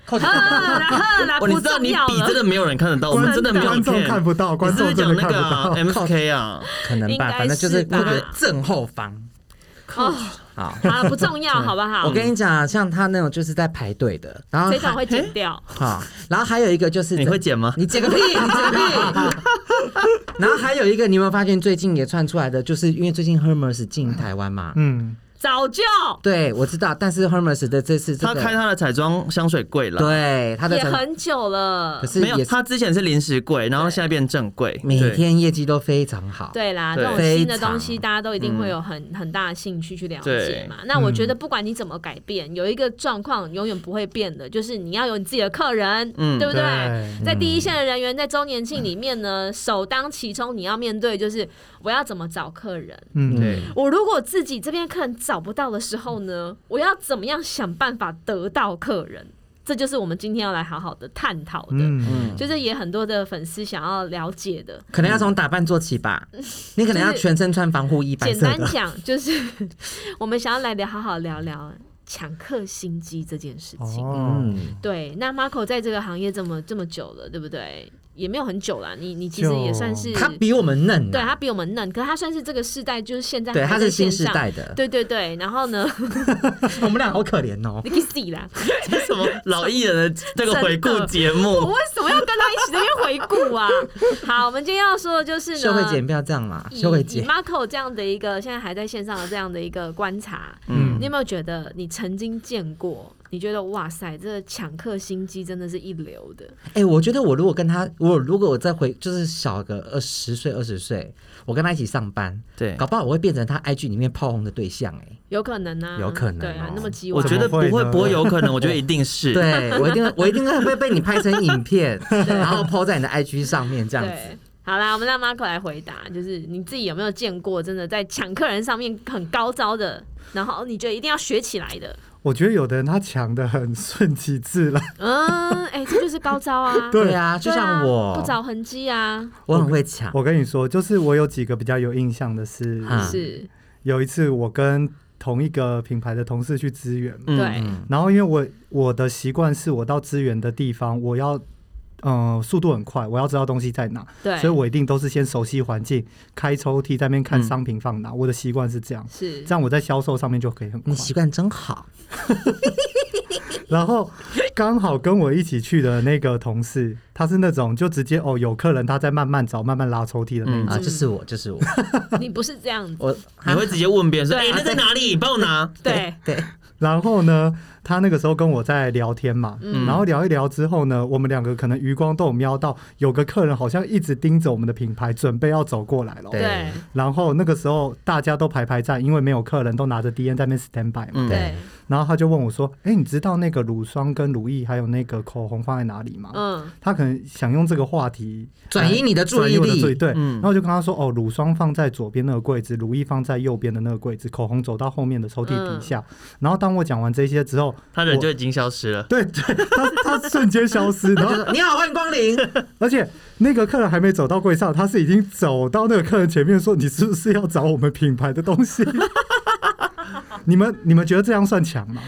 Speaker 2: Coach
Speaker 3: 啊然后啦，
Speaker 5: 哦，
Speaker 3: 不
Speaker 5: 你知道
Speaker 3: 重
Speaker 5: 你
Speaker 3: 要
Speaker 5: 比真
Speaker 3: 了，
Speaker 5: 的没有人看得哦到，我们真的没有
Speaker 4: 观众看不到，观
Speaker 5: 你是不
Speaker 4: 众
Speaker 5: 是
Speaker 4: 真
Speaker 5: 讲
Speaker 4: 的
Speaker 5: 那
Speaker 4: 看
Speaker 5: 个
Speaker 4: 不到
Speaker 5: 啊。MK 啊？
Speaker 2: 可能吧，
Speaker 3: 应该
Speaker 2: 反正就是是
Speaker 3: 吧
Speaker 2: 那个正后方。
Speaker 3: 哦，
Speaker 2: 好，
Speaker 3: 好了，不重要，好不 好？
Speaker 2: 我跟你讲，像他那种就是在排队的，然后
Speaker 3: 这段
Speaker 2: 还
Speaker 3: 会剪 掉，
Speaker 2: 好，然后还有一个就是
Speaker 5: 你会剪吗？
Speaker 2: 你剪个屁， 你剪个屁。然后还有一个，你有没有发现最近也窜出来的，就是因为最近 Hermes 进台湾嘛？
Speaker 4: 嗯，
Speaker 3: 早就
Speaker 2: 对，我知道，但是 Hermes 的这次这
Speaker 5: 他开
Speaker 2: 个，
Speaker 5: 他的彩妆香水柜了，
Speaker 2: 对他的
Speaker 3: 也
Speaker 2: 成
Speaker 3: 很久了
Speaker 2: 可。是
Speaker 5: 没有，
Speaker 2: 也是
Speaker 5: 他之前是临时柜，然后现在变正柜，
Speaker 2: 每
Speaker 5: 对
Speaker 2: 天业绩都非常好。
Speaker 3: 对啦，这种
Speaker 5: 对嗯
Speaker 3: 新的东
Speaker 2: 非
Speaker 3: 西，
Speaker 2: 常
Speaker 3: 大家都一定会有很、很大的兴趣去了解
Speaker 5: 对
Speaker 3: 嘛。那我觉
Speaker 2: 嗯
Speaker 3: 得，不管你怎么改变，有一个状况永远不会变的，就是你要有你自己的客人，
Speaker 5: 嗯
Speaker 3: 对不对？
Speaker 4: 对
Speaker 3: 在第一线的人员，在周年庆里面
Speaker 5: 嗯
Speaker 3: 呢，首当其冲，你要面对就是我要怎么找客人。
Speaker 4: 嗯，
Speaker 5: 对，
Speaker 3: 我如果自己这边客人找不到的时候呢，我要怎么样想办法得到客人？这就是我们今天要来好好的探讨的，
Speaker 4: 嗯，
Speaker 5: 嗯，
Speaker 3: 就是也很多的粉丝想要了解的。
Speaker 2: 可能要从打扮做起吧，
Speaker 3: 嗯
Speaker 2: 你可能要全身穿防护衣，白
Speaker 3: 简
Speaker 2: 色
Speaker 3: 单
Speaker 2: 的。
Speaker 3: 讲，就是 我们想要来聊好好聊聊抢客心机这件事情。
Speaker 4: 哦，
Speaker 2: 嗯，
Speaker 3: 对，那 Marco 在这个行业这么这么久了，对不对？也没有很久啦，你你其实
Speaker 4: 就
Speaker 3: 也算是，
Speaker 2: 他比我们嫩、啊，
Speaker 3: 对他比我们嫩，可他算是这个世代，就是现在
Speaker 2: 对，
Speaker 3: 还
Speaker 2: 他
Speaker 3: 在
Speaker 2: 是新
Speaker 3: 线
Speaker 2: 时
Speaker 3: 上
Speaker 2: 代的，
Speaker 3: 对对对，然后 呢
Speaker 2: 我们俩好可怜哦。
Speaker 3: 你 i c y 啦，
Speaker 5: 这什么老艺人的这个回顾节
Speaker 3: 我
Speaker 5: 目
Speaker 3: 为，什么要跟他一起在那边回顾啊？好，我们今天要说的就是呢，嗯
Speaker 2: 社会姐，你不要这样啦，
Speaker 3: 以
Speaker 2: 社会
Speaker 3: 以
Speaker 2: 姐，
Speaker 3: Marco 这样的一个现在还在线上的这样的一个观察，
Speaker 5: 嗯
Speaker 3: 你有没有觉得你曾经见过？你觉得哇塞，这抢客心机真的是一流的，
Speaker 2: 哎、我觉得我如果跟他，我如果我再回，就是小个二十岁、二十岁，我跟他一起上班，
Speaker 5: 对
Speaker 2: 搞。不好我会变成他 IG 里面炮轰的对象、哎，
Speaker 3: 有可能啊，
Speaker 2: 有可能
Speaker 3: 对啊
Speaker 2: 哦，
Speaker 3: 那么鸡
Speaker 5: 我
Speaker 3: 娃，
Speaker 5: 觉得不
Speaker 4: 怎么会
Speaker 5: 会
Speaker 4: 呢，
Speaker 5: 不会有可能，我觉得一定是。
Speaker 2: 对我一定 会，我一定会会被你拍成影片，然后 PO 在你的 IG 上面这样子。
Speaker 3: 对。好啦，我们让 Marco 来回答，就是你自己有没有见过真的在抢客人上面很高招的，然后你觉得一定要学起来的？
Speaker 4: 我觉得有的人他抢的很顺其自然，！
Speaker 3: 嗯，哎、这就是高招啊
Speaker 4: 对
Speaker 2: 对啊，就像我，
Speaker 3: 不着痕迹啊，
Speaker 2: 我很会抢，
Speaker 4: 我跟你说，就是我有几个比较有印象的是，
Speaker 2: 啊
Speaker 3: 是
Speaker 4: 有一次我跟同一个品牌的同事去支援，
Speaker 5: 嗯
Speaker 3: 对
Speaker 4: 然后因为我我的习惯是我到支援的地方，我要嗯、呃速度很快，我要知道东西在哪，
Speaker 3: 对，
Speaker 4: 所以我一定都是先熟悉环境，开抽屉在那边
Speaker 5: 嗯
Speaker 4: 看商品放哪，我的习惯是这样。
Speaker 3: 是
Speaker 4: 这样我在销售上面就可以很快
Speaker 2: 你。习惯真好。
Speaker 4: 然后刚好跟我一起去的那个同事，他是那种就直接哦有客人他在慢慢找、慢慢拉抽屉的那一种。
Speaker 2: 啊，就是我，就是 我，
Speaker 3: 你不是这样子，
Speaker 2: 我
Speaker 5: 嗯你会直嗯接问别人说：“哎
Speaker 3: 对，
Speaker 5: 那在哪里？你帮我拿。
Speaker 3: 对，
Speaker 2: 对，
Speaker 4: 然后呢，他那个时候跟我在聊天嘛，
Speaker 3: 嗯
Speaker 4: 然后聊一聊之后呢，我们两个可能余光都有瞄到，有个客人好像一直盯着我们的品牌，准备要走过来了。
Speaker 2: 对
Speaker 3: 对
Speaker 4: 然后那个时候大家都排排站，因为没有客人，都拿着 D N 在那边 stand by 嘛。
Speaker 5: 嗯
Speaker 3: 对，
Speaker 4: 然后他就问我说：“哎，你知道那个乳霜跟乳液还有那个口红放在哪里吗？”
Speaker 3: 嗯，
Speaker 4: 他可能想用这个话题
Speaker 2: 转移你的注
Speaker 4: 转
Speaker 2: 意
Speaker 4: 移我的注意，
Speaker 2: 力，
Speaker 4: 对。
Speaker 5: 嗯
Speaker 4: 然后我就跟他说：“哦，乳霜放在左边那个柜子，乳液放在右边的那个柜子，口红走到后面的抽屉底下。
Speaker 2: 嗯
Speaker 4: 然后当我讲完这些之后，
Speaker 5: 他人就已经消失了。
Speaker 4: 对 对，他他瞬间消失，然
Speaker 2: 就
Speaker 4: 后
Speaker 2: 是你好，欢迎光临。
Speaker 4: 而且那个客人还没走到柜上，他是已经走到那个客人前面说：“你是不是要找我们品牌的 东西？”你们你们觉得这样算强吗？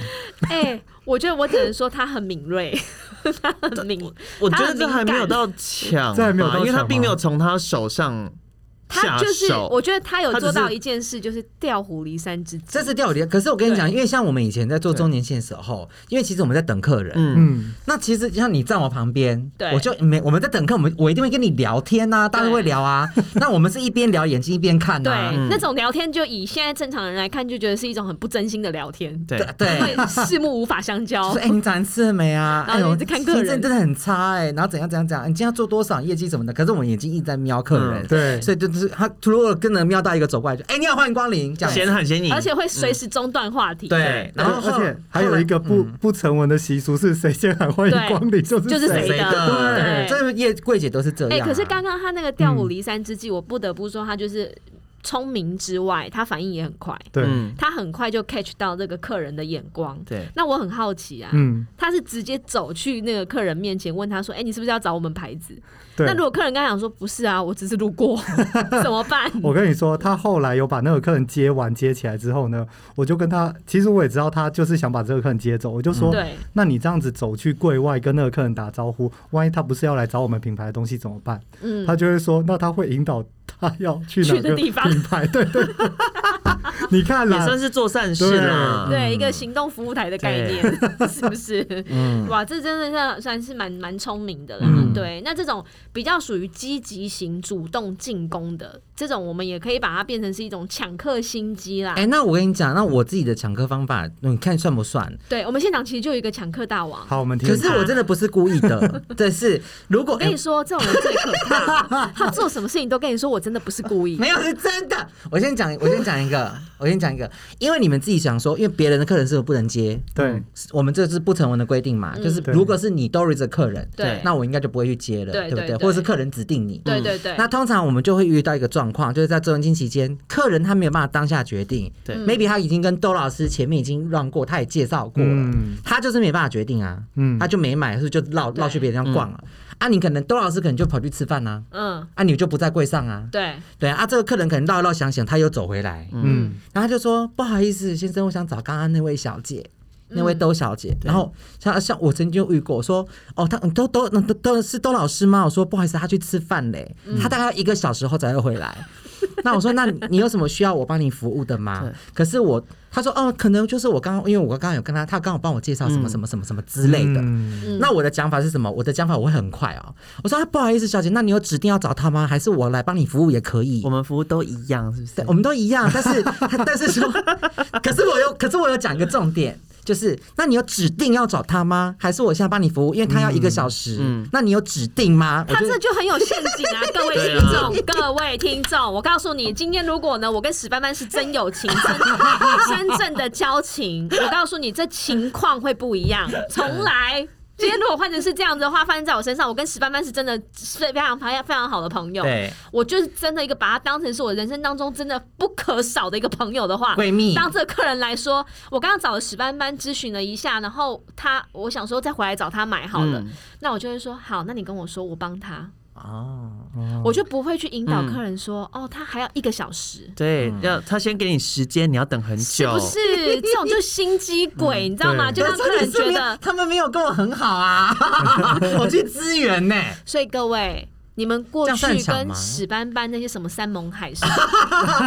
Speaker 3: 哎、我觉得我只能说他很敏锐， 他很敏，
Speaker 5: 我觉得这还没有到抢吧，
Speaker 4: 这还没有到抢吗
Speaker 5: 因为他并没有从他手上
Speaker 3: 他
Speaker 5: 下
Speaker 3: 就是，我
Speaker 5: 手。
Speaker 3: 觉得他有
Speaker 5: 他只
Speaker 3: 做到
Speaker 5: 是
Speaker 3: 一件事，就是调虎离山之计，
Speaker 2: 这是掉点。可是我跟你讲，
Speaker 3: 对
Speaker 2: 因为像我们以前在做周年庆的时候，因为其实我们在等客人，
Speaker 5: 嗯，
Speaker 4: 嗯，
Speaker 2: 那其实像你站我旁边，
Speaker 3: 对
Speaker 2: 我就没我们在等客，我们我一定会跟你聊天呐、大家会聊 啊。那我们是一边聊眼睛一边看
Speaker 3: 对、
Speaker 2: 呐、啊，
Speaker 5: 嗯
Speaker 3: 那种聊天，就以现在正常人来看，就觉得是一种很不真心的聊天，
Speaker 5: 对，
Speaker 2: 对。
Speaker 3: 会四目无法相交
Speaker 2: 说哎、。你早餐吃了没啊？
Speaker 3: 然
Speaker 2: 哎
Speaker 3: 后
Speaker 2: 呦，
Speaker 3: 一直看客人
Speaker 2: 心情真的很差哎、然后怎样怎样怎样？你今天要做多少业绩什么的？可是我们眼睛一直在瞄客人，
Speaker 5: 嗯
Speaker 4: 对
Speaker 2: 所以就是他如果跟着瞄到一个走过来，就哎、你好，欢迎光临，这样子
Speaker 5: 先喊先赢，
Speaker 3: 而且会
Speaker 5: 嗯
Speaker 3: 随时中断话题，
Speaker 5: 啊
Speaker 2: 对，然后
Speaker 4: 而
Speaker 2: 后嗯
Speaker 4: 且还有一个不、不成文的习俗是谁先喊欢迎光临就是
Speaker 3: 就是
Speaker 4: 谁
Speaker 2: 谁
Speaker 3: 谁
Speaker 2: 的
Speaker 3: 的对
Speaker 2: 这叶柜姐都是这
Speaker 3: 哎、
Speaker 2: 样啊、
Speaker 3: 可是刚刚他那个调虎
Speaker 5: 嗯
Speaker 3: 离山之计，我不得不说，他就是聪明之外，他反应也很快，
Speaker 4: 对，
Speaker 5: 嗯，
Speaker 3: 他很快就 catch 到那个客人的眼光。
Speaker 5: 对，
Speaker 3: 那我很好奇啊，
Speaker 4: 嗯，
Speaker 3: 他是直接走去那个客人面前，问他说：“哎、你是不是要找我们牌子？”
Speaker 4: 对
Speaker 3: 那。如果客人刚想说：“不是啊，我只是路过， 怎么办？”
Speaker 4: 我跟你说，他后来有把那个客人接完接起来之后呢，我就跟他，其实我也知道他就是想把这个客人接走，我就说，
Speaker 3: 嗯对，
Speaker 4: 那你这样子走去柜外跟那个客人打招呼，万一他不是要来找我们品牌的东西怎么办？
Speaker 3: 嗯，
Speaker 4: 他就会说，那他会引导他要去哪
Speaker 3: 去的
Speaker 4: 个
Speaker 3: 地方
Speaker 4: 品牌？对对 对，你看
Speaker 5: 也算
Speaker 4: 啦，
Speaker 5: 是做善事啊啦。
Speaker 3: 对，一啊个行动服务台的概念， 是不是？哇，这真的是算是蛮蛮聪明的啦。
Speaker 4: 嗯
Speaker 3: 对，那这种比较属于积极型、主动进攻的这种，我们也可以把它变成是一种抢客心机啦。
Speaker 2: 哎、那我跟你讲，那我自己的抢客方法，你看算不算？
Speaker 3: 对，我们现场其实就有一个抢客大王。
Speaker 4: 好，我们听
Speaker 2: 可是我真的不是故意 的，但是如果
Speaker 4: 哎
Speaker 3: 我跟你说，这种人最可 怕，他做什么事情都跟你说我真的不是故
Speaker 2: 哎
Speaker 3: 意。
Speaker 2: 没有是真的，我先讲，我先讲一个，我跟你讲一个，因为你们自己想说，因为别人的客人是不是不能接？
Speaker 4: 对，
Speaker 2: 我们这是不成文的规定嘛，就是
Speaker 4: 对
Speaker 2: 如果是你 Doris 的客人，
Speaker 3: 嗯对
Speaker 2: 那我应该就不会去接了，
Speaker 3: 对
Speaker 2: 不
Speaker 3: 对
Speaker 2: 对？
Speaker 3: 对
Speaker 2: 或者是客人指定你，
Speaker 3: 对对
Speaker 4: 嗯
Speaker 3: 对，
Speaker 2: 那通常我们就会遇到一个状况，就是在周年庆期间，客人他没有办法当下决定，
Speaker 5: 对
Speaker 2: ，maybe 他已经跟周老师前面已经让过，他也介绍过了，
Speaker 4: 嗯
Speaker 2: 他就是没办法决定啊，
Speaker 4: 嗯
Speaker 2: 他就没买，所以就绕
Speaker 3: 对
Speaker 2: 绕去别人家逛了。啊，你可能周老师可能就跑去吃饭啦、
Speaker 3: 嗯，
Speaker 2: 啊，啊，你就不在柜上啊，
Speaker 3: 对，
Speaker 2: 对啊，啊这个客人可能绕一绕想想，他又走回来，
Speaker 4: 嗯，
Speaker 2: 然后他就说不好意思，先生，我想找刚刚那位小姐。那位兜小姐，然后像像我曾经遇过，我说哦，她嗯都都那都都是兜老师吗？我说不好意思，她去吃饭嘞，她大概一个小时后才会回来。那我说，那你有什么需要我帮你服务的吗
Speaker 5: 对？
Speaker 2: 可是我他说哦，可能就是我刚刚，因为我刚刚有跟他，他刚好帮我介绍什么什么什么什么之类的。
Speaker 4: 嗯
Speaker 3: 嗯
Speaker 2: 那我的讲法是什么？我的讲法我会很快哦。我说、啊、不好意思，小姐，那你有指定要找他吗？还是我来帮你服务也可以？
Speaker 5: 我们服务都一样，是不是
Speaker 2: 对，？我们都一样，但是 但是说，可是我有，可是我有讲一个重点，就是那你有指定要找他吗？还是我现在帮你服务？因为他要一个小时，
Speaker 5: 嗯嗯
Speaker 2: 那你有指定吗？我
Speaker 3: 他
Speaker 2: 就
Speaker 3: 这就很有陷阱啊！各位听众，各位听众，我告诉你，今天如果呢，我跟史班班是真友情，真真正的交情，我告诉你，这情况会不一样，从来。今天如果换成是这样子的话，发生在我身上，我跟史班班是真的是非常非常非常好的朋友。
Speaker 2: 对
Speaker 3: 我就是真的一个把他当成是我人生当中真的不可少的一个朋友的话，
Speaker 2: 闺蜜
Speaker 3: 当这个客人来说，我刚刚找了史班班咨询了一下，然后他我想说再回来找他买好了，
Speaker 5: 嗯
Speaker 3: 那我就会说好，那你跟我说，我帮他，
Speaker 2: 哦，
Speaker 3: 我就不会去引导
Speaker 5: 嗯
Speaker 3: 客人说、哦，他还要一个小时。
Speaker 5: 对，要他先给你时间，你要等很
Speaker 3: 是
Speaker 5: 久，
Speaker 3: 不是这种就心机鬼，你知道吗？就
Speaker 4: 对
Speaker 3: 让客
Speaker 2: 可
Speaker 3: 人
Speaker 2: 是没
Speaker 3: 觉
Speaker 2: 有
Speaker 3: 得，
Speaker 2: 他们没有跟我很好啊， 我去支援呢、
Speaker 3: 所以各位，你们过
Speaker 2: 这样算
Speaker 3: 去
Speaker 2: 抢
Speaker 3: 跟
Speaker 2: 吗
Speaker 3: 史班班那些什么山盟海誓，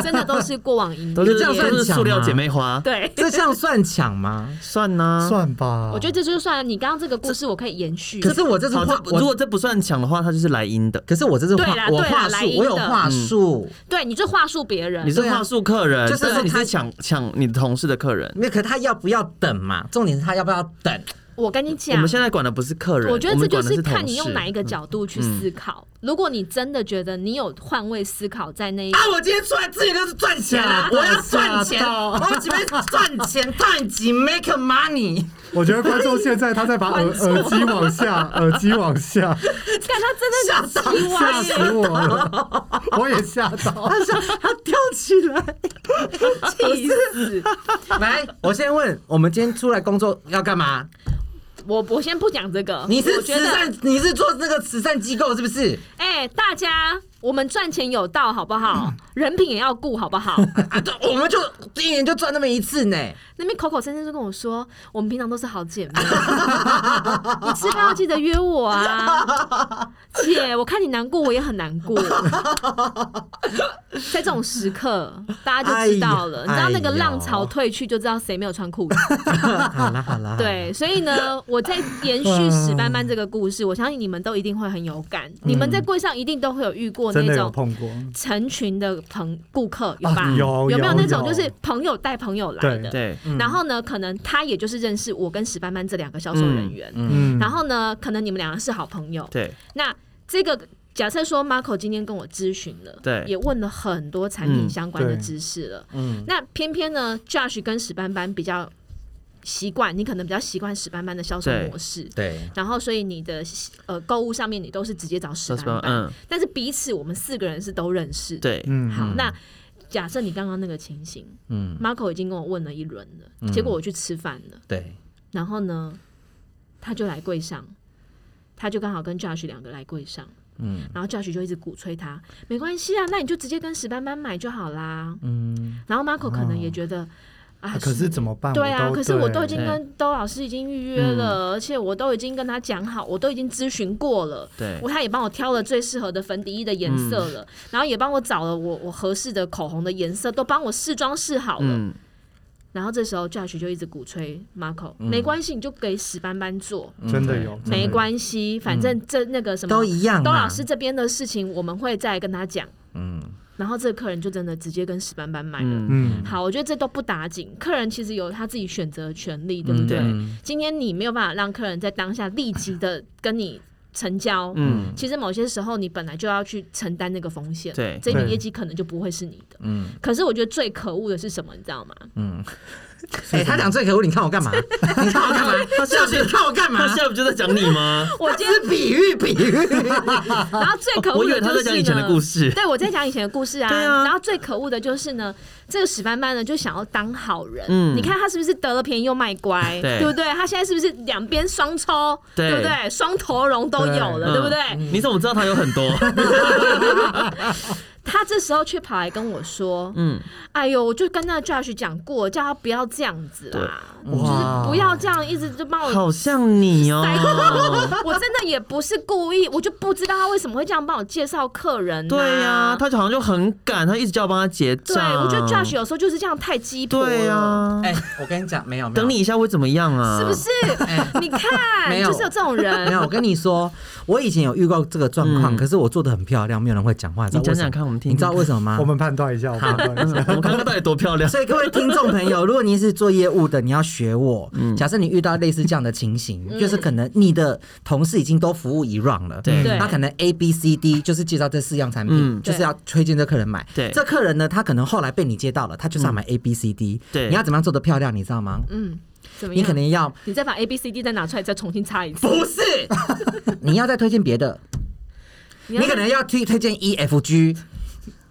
Speaker 3: 真的都是过往因
Speaker 5: 都是
Speaker 2: 这
Speaker 3: 缘。
Speaker 2: 样算
Speaker 5: 都是
Speaker 2: 讲
Speaker 5: 塑料
Speaker 2: 吗
Speaker 5: 姐妹花，
Speaker 3: 对，
Speaker 2: 这项算抢吗？
Speaker 5: 算啊呢。
Speaker 4: 嗯算吧，
Speaker 3: 我觉得这就算了你刚刚这个故事，我可以延续。
Speaker 2: 可是我这次
Speaker 5: 好，
Speaker 2: 话
Speaker 5: 这，
Speaker 2: 我
Speaker 5: 如果这不算抢的话，他就是来阴的。
Speaker 2: 可是我这次话
Speaker 3: 对啦，
Speaker 2: 我
Speaker 3: 对啦
Speaker 2: 话
Speaker 3: 来
Speaker 2: 术
Speaker 3: 硬，的
Speaker 2: 我有话术。
Speaker 3: 对，你就话术别人
Speaker 5: 你，是
Speaker 2: 对啊
Speaker 5: 话术客人，
Speaker 2: 就是
Speaker 5: 但
Speaker 2: 说
Speaker 5: 是你
Speaker 2: 他
Speaker 5: 是抢抢你的同事的客人。
Speaker 2: 没有，可是他要不要等嘛？重点是他要不要等？
Speaker 3: 我跟你
Speaker 5: 我
Speaker 3: 讲
Speaker 5: 们。现在管的不是客人，
Speaker 3: 我觉得
Speaker 5: 们
Speaker 3: 这就
Speaker 5: 管的
Speaker 3: 是
Speaker 5: 是嗯
Speaker 3: 看你用哪一
Speaker 5: 个。
Speaker 3: 个角度去思考。如果你真的觉得你有换位思考在那一
Speaker 2: 啊！我今天出来自己就是赚钱啊！我要赚钱，我们准备赚钱，赚钱，make money。
Speaker 4: 我觉得观众现在他在把 耳耳机往下，耳机往下，
Speaker 3: 看他真的是
Speaker 2: 吓
Speaker 3: 奇
Speaker 4: 吓
Speaker 3: 歪
Speaker 4: 死
Speaker 3: 耶，
Speaker 4: 我了， 我也吓到。
Speaker 2: 他想他跳起来，
Speaker 3: 气死！
Speaker 2: 来，我先问，我们今天出来工作要干嘛？
Speaker 3: 我我先不讲这个，
Speaker 2: 你是
Speaker 3: 我觉
Speaker 2: 慈
Speaker 3: 得，
Speaker 2: 善，你是做那个慈善机构是不是？
Speaker 3: 哎、大家我们赚钱有道好不 好？人品也要顾好不好？
Speaker 2: 啊，对，我们就一年就赚那么一次呢。
Speaker 3: 那边口口声声就跟我说，我们平常都是好姐妹， 你吃饭要记得约我啊， 姐，我看你难过，我也很难过。 在这种时刻，大家就知道了，
Speaker 2: 哎
Speaker 3: 你知道那个
Speaker 2: 哎呦
Speaker 3: 浪潮退去，就知道谁没有穿裤子。
Speaker 4: 哎
Speaker 2: 好啦好啦，
Speaker 3: 对，所以呢，我在延续史斑斑这个故事，我相信你们都一定会很有感，你们在柜上一定都会有遇过
Speaker 4: 嗯真的
Speaker 3: 那
Speaker 4: 有
Speaker 3: 种
Speaker 4: 碰过，
Speaker 3: 成群的朋顾客，有吧？
Speaker 4: 啊有
Speaker 3: 有没有那种
Speaker 4: 有
Speaker 3: 就是朋友带朋友来的？
Speaker 5: 对，
Speaker 3: 然后呢，可能他也就是认识我跟史班班这两个销售人员。
Speaker 4: 嗯
Speaker 3: 然后呢，可能你们两个是好朋友。
Speaker 5: 对，
Speaker 3: 那这个假设说 Marco 今天跟我咨询了，
Speaker 5: 对
Speaker 3: 也问了很多产品相关的
Speaker 4: 嗯对
Speaker 3: 知识了。
Speaker 2: 嗯，
Speaker 3: 那偏偏呢，Josh 跟史班班比较习惯，你可能比较习惯史班班的销售
Speaker 5: 对
Speaker 3: 模式。
Speaker 2: 对，
Speaker 3: 然后，所以你的呃购物上面你都是直接找史
Speaker 5: 说什么
Speaker 3: 班？班，
Speaker 5: 嗯，
Speaker 3: 但是彼此我们四个人是都认识的。
Speaker 5: 对，
Speaker 4: 嗯
Speaker 3: 好，那假设你刚刚那个情形，
Speaker 2: 嗯
Speaker 3: 嗯，Marco 已经跟我问了一轮了，
Speaker 4: 嗯
Speaker 3: 结果我去吃饭了，
Speaker 2: 对，
Speaker 3: 然后呢，他就来柜上，他就刚好跟 Josh 两个来柜上，
Speaker 2: 嗯
Speaker 3: 然后 Josh 就一直鼓吹他，没关系啊，那你就直接跟史班班买就好啦。
Speaker 2: 嗯，
Speaker 3: 然后 Marco 可能也觉得。啊
Speaker 4: 啊可是怎么办？
Speaker 3: 对啊，
Speaker 4: 我都
Speaker 3: 可是我都已
Speaker 4: 对哎嗯
Speaker 3: 经跟周老师已经预约了，而且我都已经跟他讲好，我都已经咨询过了，
Speaker 2: 哎
Speaker 5: 对
Speaker 3: 我他也帮我挑了最适合的粉底液的颜色
Speaker 2: 嗯
Speaker 3: 了，然后也帮我找了我我合适的口红的颜色，都帮我试妆试好了。
Speaker 5: 嗯，
Speaker 3: 然后这时候 Josh 就一直鼓吹 Marco，、没
Speaker 2: 嗯
Speaker 3: 关系，你就给史斑斑做，
Speaker 4: 真的有，
Speaker 3: 没关系，反正这那个什么
Speaker 2: 嗯都一样嘛啊
Speaker 3: 周老师这边的事情我们会再跟他讲。嗯，然后这个客人就真的直接跟史斑斑买了。
Speaker 5: 嗯
Speaker 4: 嗯，
Speaker 3: 好，我觉得这都不打紧，客人其实有他自己选择的权利，对不
Speaker 5: 嗯
Speaker 3: 对？
Speaker 5: 对
Speaker 3: 今天你没有办法让客人在当下立即的跟你成交，
Speaker 5: 嗯，
Speaker 3: 其实某些时候你本来就要去承担那个风险，
Speaker 5: 对
Speaker 3: 这一笔
Speaker 4: 对
Speaker 3: 业绩可能就不会是你的。
Speaker 2: 嗯
Speaker 3: 可是我觉得最可恶的是什么，你知道吗？
Speaker 2: 嗯，哎、他讲最可恶，你看我干嘛？你看我干嘛？他笑你看我干嘛
Speaker 5: 他？现在不就在讲你吗？
Speaker 3: 我今天，
Speaker 2: 是比喻，比喻。
Speaker 3: 然后最可
Speaker 5: 我
Speaker 3: 恶
Speaker 5: 以为
Speaker 3: 的就
Speaker 5: 他
Speaker 3: 是
Speaker 5: 在讲以前的
Speaker 3: 呢
Speaker 5: 故事。
Speaker 3: 对，我在讲以前的故事啊。
Speaker 5: 对啊
Speaker 3: 然后最可恶的就是呢，这个史班班呢就想要当好人。
Speaker 5: 嗯
Speaker 3: 你看他是不是得了便宜又卖乖，
Speaker 5: 对
Speaker 3: 不对？他现在是不是两边双抽，
Speaker 5: 对
Speaker 3: 不对？双头龙都有了，
Speaker 5: 嗯
Speaker 3: 对不对？
Speaker 5: 你怎么知道他有很多？
Speaker 3: 他这时候却跑来跟我说：“
Speaker 5: 嗯，
Speaker 3: 哎呦，我就跟那 Josh 讲过，叫他不要这样子啦，就是不要这样，一直就帮我。”
Speaker 5: 好像你
Speaker 3: 塞
Speaker 5: 哦。
Speaker 3: 我我真的也不是故意，我就不知道他为什么会这样帮我介绍客人、
Speaker 5: 对呀、
Speaker 3: 呀、
Speaker 5: 他就好像就很赶，他一直叫我帮他结账。
Speaker 3: 对我觉得 Josh 有时候就是这样太鸡婆了。
Speaker 5: 对呀、
Speaker 2: 哎、我跟你讲，没有，没有
Speaker 5: 嗯等你一下会怎么样啊？
Speaker 3: 是不？是？你看
Speaker 2: 哎没，有
Speaker 3: 就是有这种
Speaker 2: 没有，
Speaker 3: 人。
Speaker 2: 我跟你说，我以前有遇过这个状况，
Speaker 5: 嗯
Speaker 2: 可是我做的很漂亮，没有人会讲话。你知道
Speaker 5: 你讲
Speaker 2: 为什么
Speaker 5: 讲看我们听听
Speaker 2: 你知道为什么吗？
Speaker 4: 我们判断一下，我们判断一下。
Speaker 5: 我们看看到底多漂亮。
Speaker 2: 所以各位听众朋友，如果您是做业务的，你要学 我。
Speaker 5: 嗯
Speaker 2: 假设你遇到类似这样的情形，就是可能你的同事已经都服务一 round 了，
Speaker 5: 对
Speaker 3: 对
Speaker 2: 他可能 A、B、C、D 就是介绍这四样产品，
Speaker 5: 嗯
Speaker 2: 就是要推荐这客人买。
Speaker 5: 对嗯
Speaker 2: 这客人呢，他可能后来被你接到了，他就是要买 A、B、C、D。
Speaker 5: 对
Speaker 2: 你要怎么样做的漂亮，你知道吗？
Speaker 3: 嗯，怎么样？
Speaker 2: 你可能要
Speaker 3: 你再把 A B C D 再拿出来，再重新擦一次。
Speaker 2: 不是， 你要再推荐别的，
Speaker 3: 你
Speaker 2: 你可能要推推荐 E、F、G，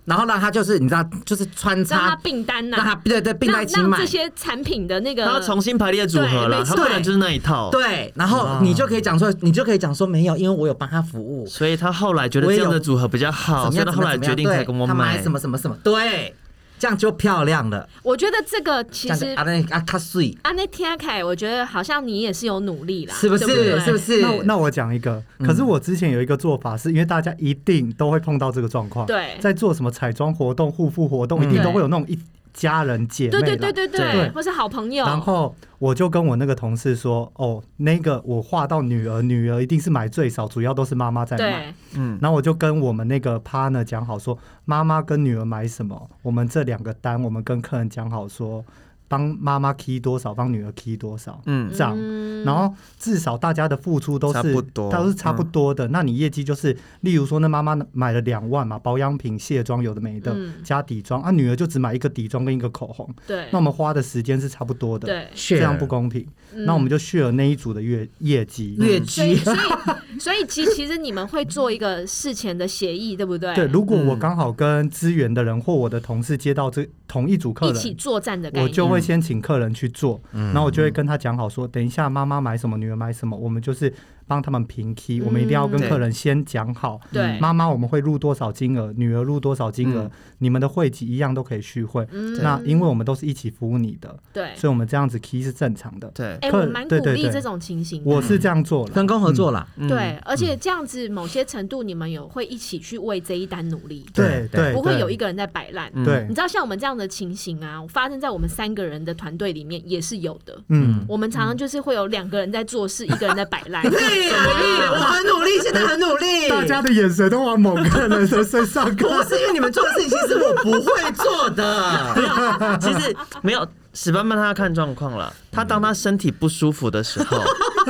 Speaker 2: 然后让他就是你知道，就是穿
Speaker 3: 让他
Speaker 2: 插，
Speaker 3: 并单
Speaker 2: 让他
Speaker 3: 呐，
Speaker 2: 对对并在一起
Speaker 3: 让让
Speaker 2: 买
Speaker 3: 这。些产品的那个，
Speaker 5: 他要重新排列组合
Speaker 3: 对
Speaker 5: 了，
Speaker 3: 没
Speaker 5: 他
Speaker 3: 错
Speaker 5: 不然就是那一套。，
Speaker 2: 对，然后
Speaker 5: 哦
Speaker 2: 你就可以讲说，你就可以讲说没有，因为我有帮他服务，
Speaker 5: 所以他后来觉得这样的组合比较
Speaker 2: 怎
Speaker 5: 好，
Speaker 2: 么
Speaker 5: 所以
Speaker 2: 样
Speaker 5: 他
Speaker 2: 怎
Speaker 5: 后
Speaker 2: 么
Speaker 5: 来
Speaker 2: 样怎么
Speaker 5: 决
Speaker 2: 样，
Speaker 5: 定才
Speaker 2: 对，
Speaker 5: 跟我
Speaker 2: 他
Speaker 5: 买
Speaker 2: 买什么什么什么，对，这样就漂亮了。
Speaker 3: 我觉得这个
Speaker 2: 这
Speaker 3: 其
Speaker 2: 样子
Speaker 3: 实
Speaker 2: 啊，那啊，卡碎
Speaker 3: 啊，那天凯，我觉得好像你也是有努力啦，
Speaker 2: 是不
Speaker 3: 对
Speaker 2: 是？
Speaker 3: 对
Speaker 2: 是不？是？
Speaker 4: 那我那我讲一个，可是我之前有一个做法，是因为大家一定都会碰到这个状况，
Speaker 3: 对
Speaker 4: 在做什么彩妆活动、护肤活动，一定都会有那种一家人姐妹
Speaker 3: 对
Speaker 4: 啦，
Speaker 3: 对对对对，
Speaker 5: 对
Speaker 3: 或是好朋友，
Speaker 4: 然后我就跟我那个同事说，哦，那个我画到女儿，女儿一定是买最少，主要都是妈妈在买。
Speaker 3: 对，
Speaker 4: 然后我就跟我们那个 partner 讲好说，妈妈跟女儿买什么，我们这两个单，我们跟客人讲好说，帮妈妈 key 多少，帮女儿 key 多少，
Speaker 5: 嗯
Speaker 4: 这样。然后至少大家的付出都
Speaker 5: 差
Speaker 4: 是
Speaker 5: 不多嗯
Speaker 4: 都是差不多的。那你业绩就是，例如说，那妈妈买了两万嘛，保养品、卸妆有的没的，
Speaker 3: 嗯
Speaker 4: 加底妆啊，女儿就只买一个底妆跟一个口红，
Speaker 3: 对
Speaker 4: 那我们花的时间是差不多的。
Speaker 3: 对，嗯
Speaker 2: 这
Speaker 4: 这样不公平。那我们就 share 那一组的月业绩。
Speaker 2: 越
Speaker 3: 所以
Speaker 2: 剧
Speaker 3: 所 以所以其其实你们会做一个事前的协议，对不对？
Speaker 4: 对，如果我刚好跟资源的人或我的同事接到这同一组客
Speaker 3: 一起
Speaker 4: 人，
Speaker 3: 作战的概
Speaker 4: 我
Speaker 3: 念，
Speaker 4: 就会先请客人去做，然后我就会跟他讲好说，等一下妈妈买什么，女儿买什么，我们就是帮他们平 key，我们一定要跟
Speaker 5: 对
Speaker 4: 客人先讲好。
Speaker 3: 嗯对
Speaker 4: 妈妈我们会入多少金额，女儿入多少金额，你们的会籍一样都可以续会。那因为我们都是一起服务你的，
Speaker 3: 嗯对。
Speaker 4: 所以我们这样子 key 是正常的。
Speaker 5: 对，
Speaker 3: 哎、
Speaker 4: 客
Speaker 3: 我蛮鼓
Speaker 4: 对对
Speaker 3: 励
Speaker 4: 对
Speaker 3: 这种情形的。
Speaker 4: 我是这样做了，
Speaker 2: 分工合作啦。
Speaker 3: 对，而且这样子某些程度，你们有会一起去为这一单努力，
Speaker 4: 对
Speaker 2: 对
Speaker 4: 对，
Speaker 3: 不会
Speaker 4: 对嗯
Speaker 3: 有一个人在摆烂。
Speaker 4: 对
Speaker 3: 你知，道像我们这样的情形啊，发生在我们三个人的团队里面也是有的。
Speaker 4: 嗯，
Speaker 3: 我们常常就是会有两个人在做事，一个人在摆烂。
Speaker 2: 对，我很努力，现在很努力。
Speaker 4: 大家的眼神都往某个人的身上看。
Speaker 2: 不是因为你们做的事情，是我不会做 的。
Speaker 5: 其实没有史班班，他要看状况了。他当他身体不舒服的时候，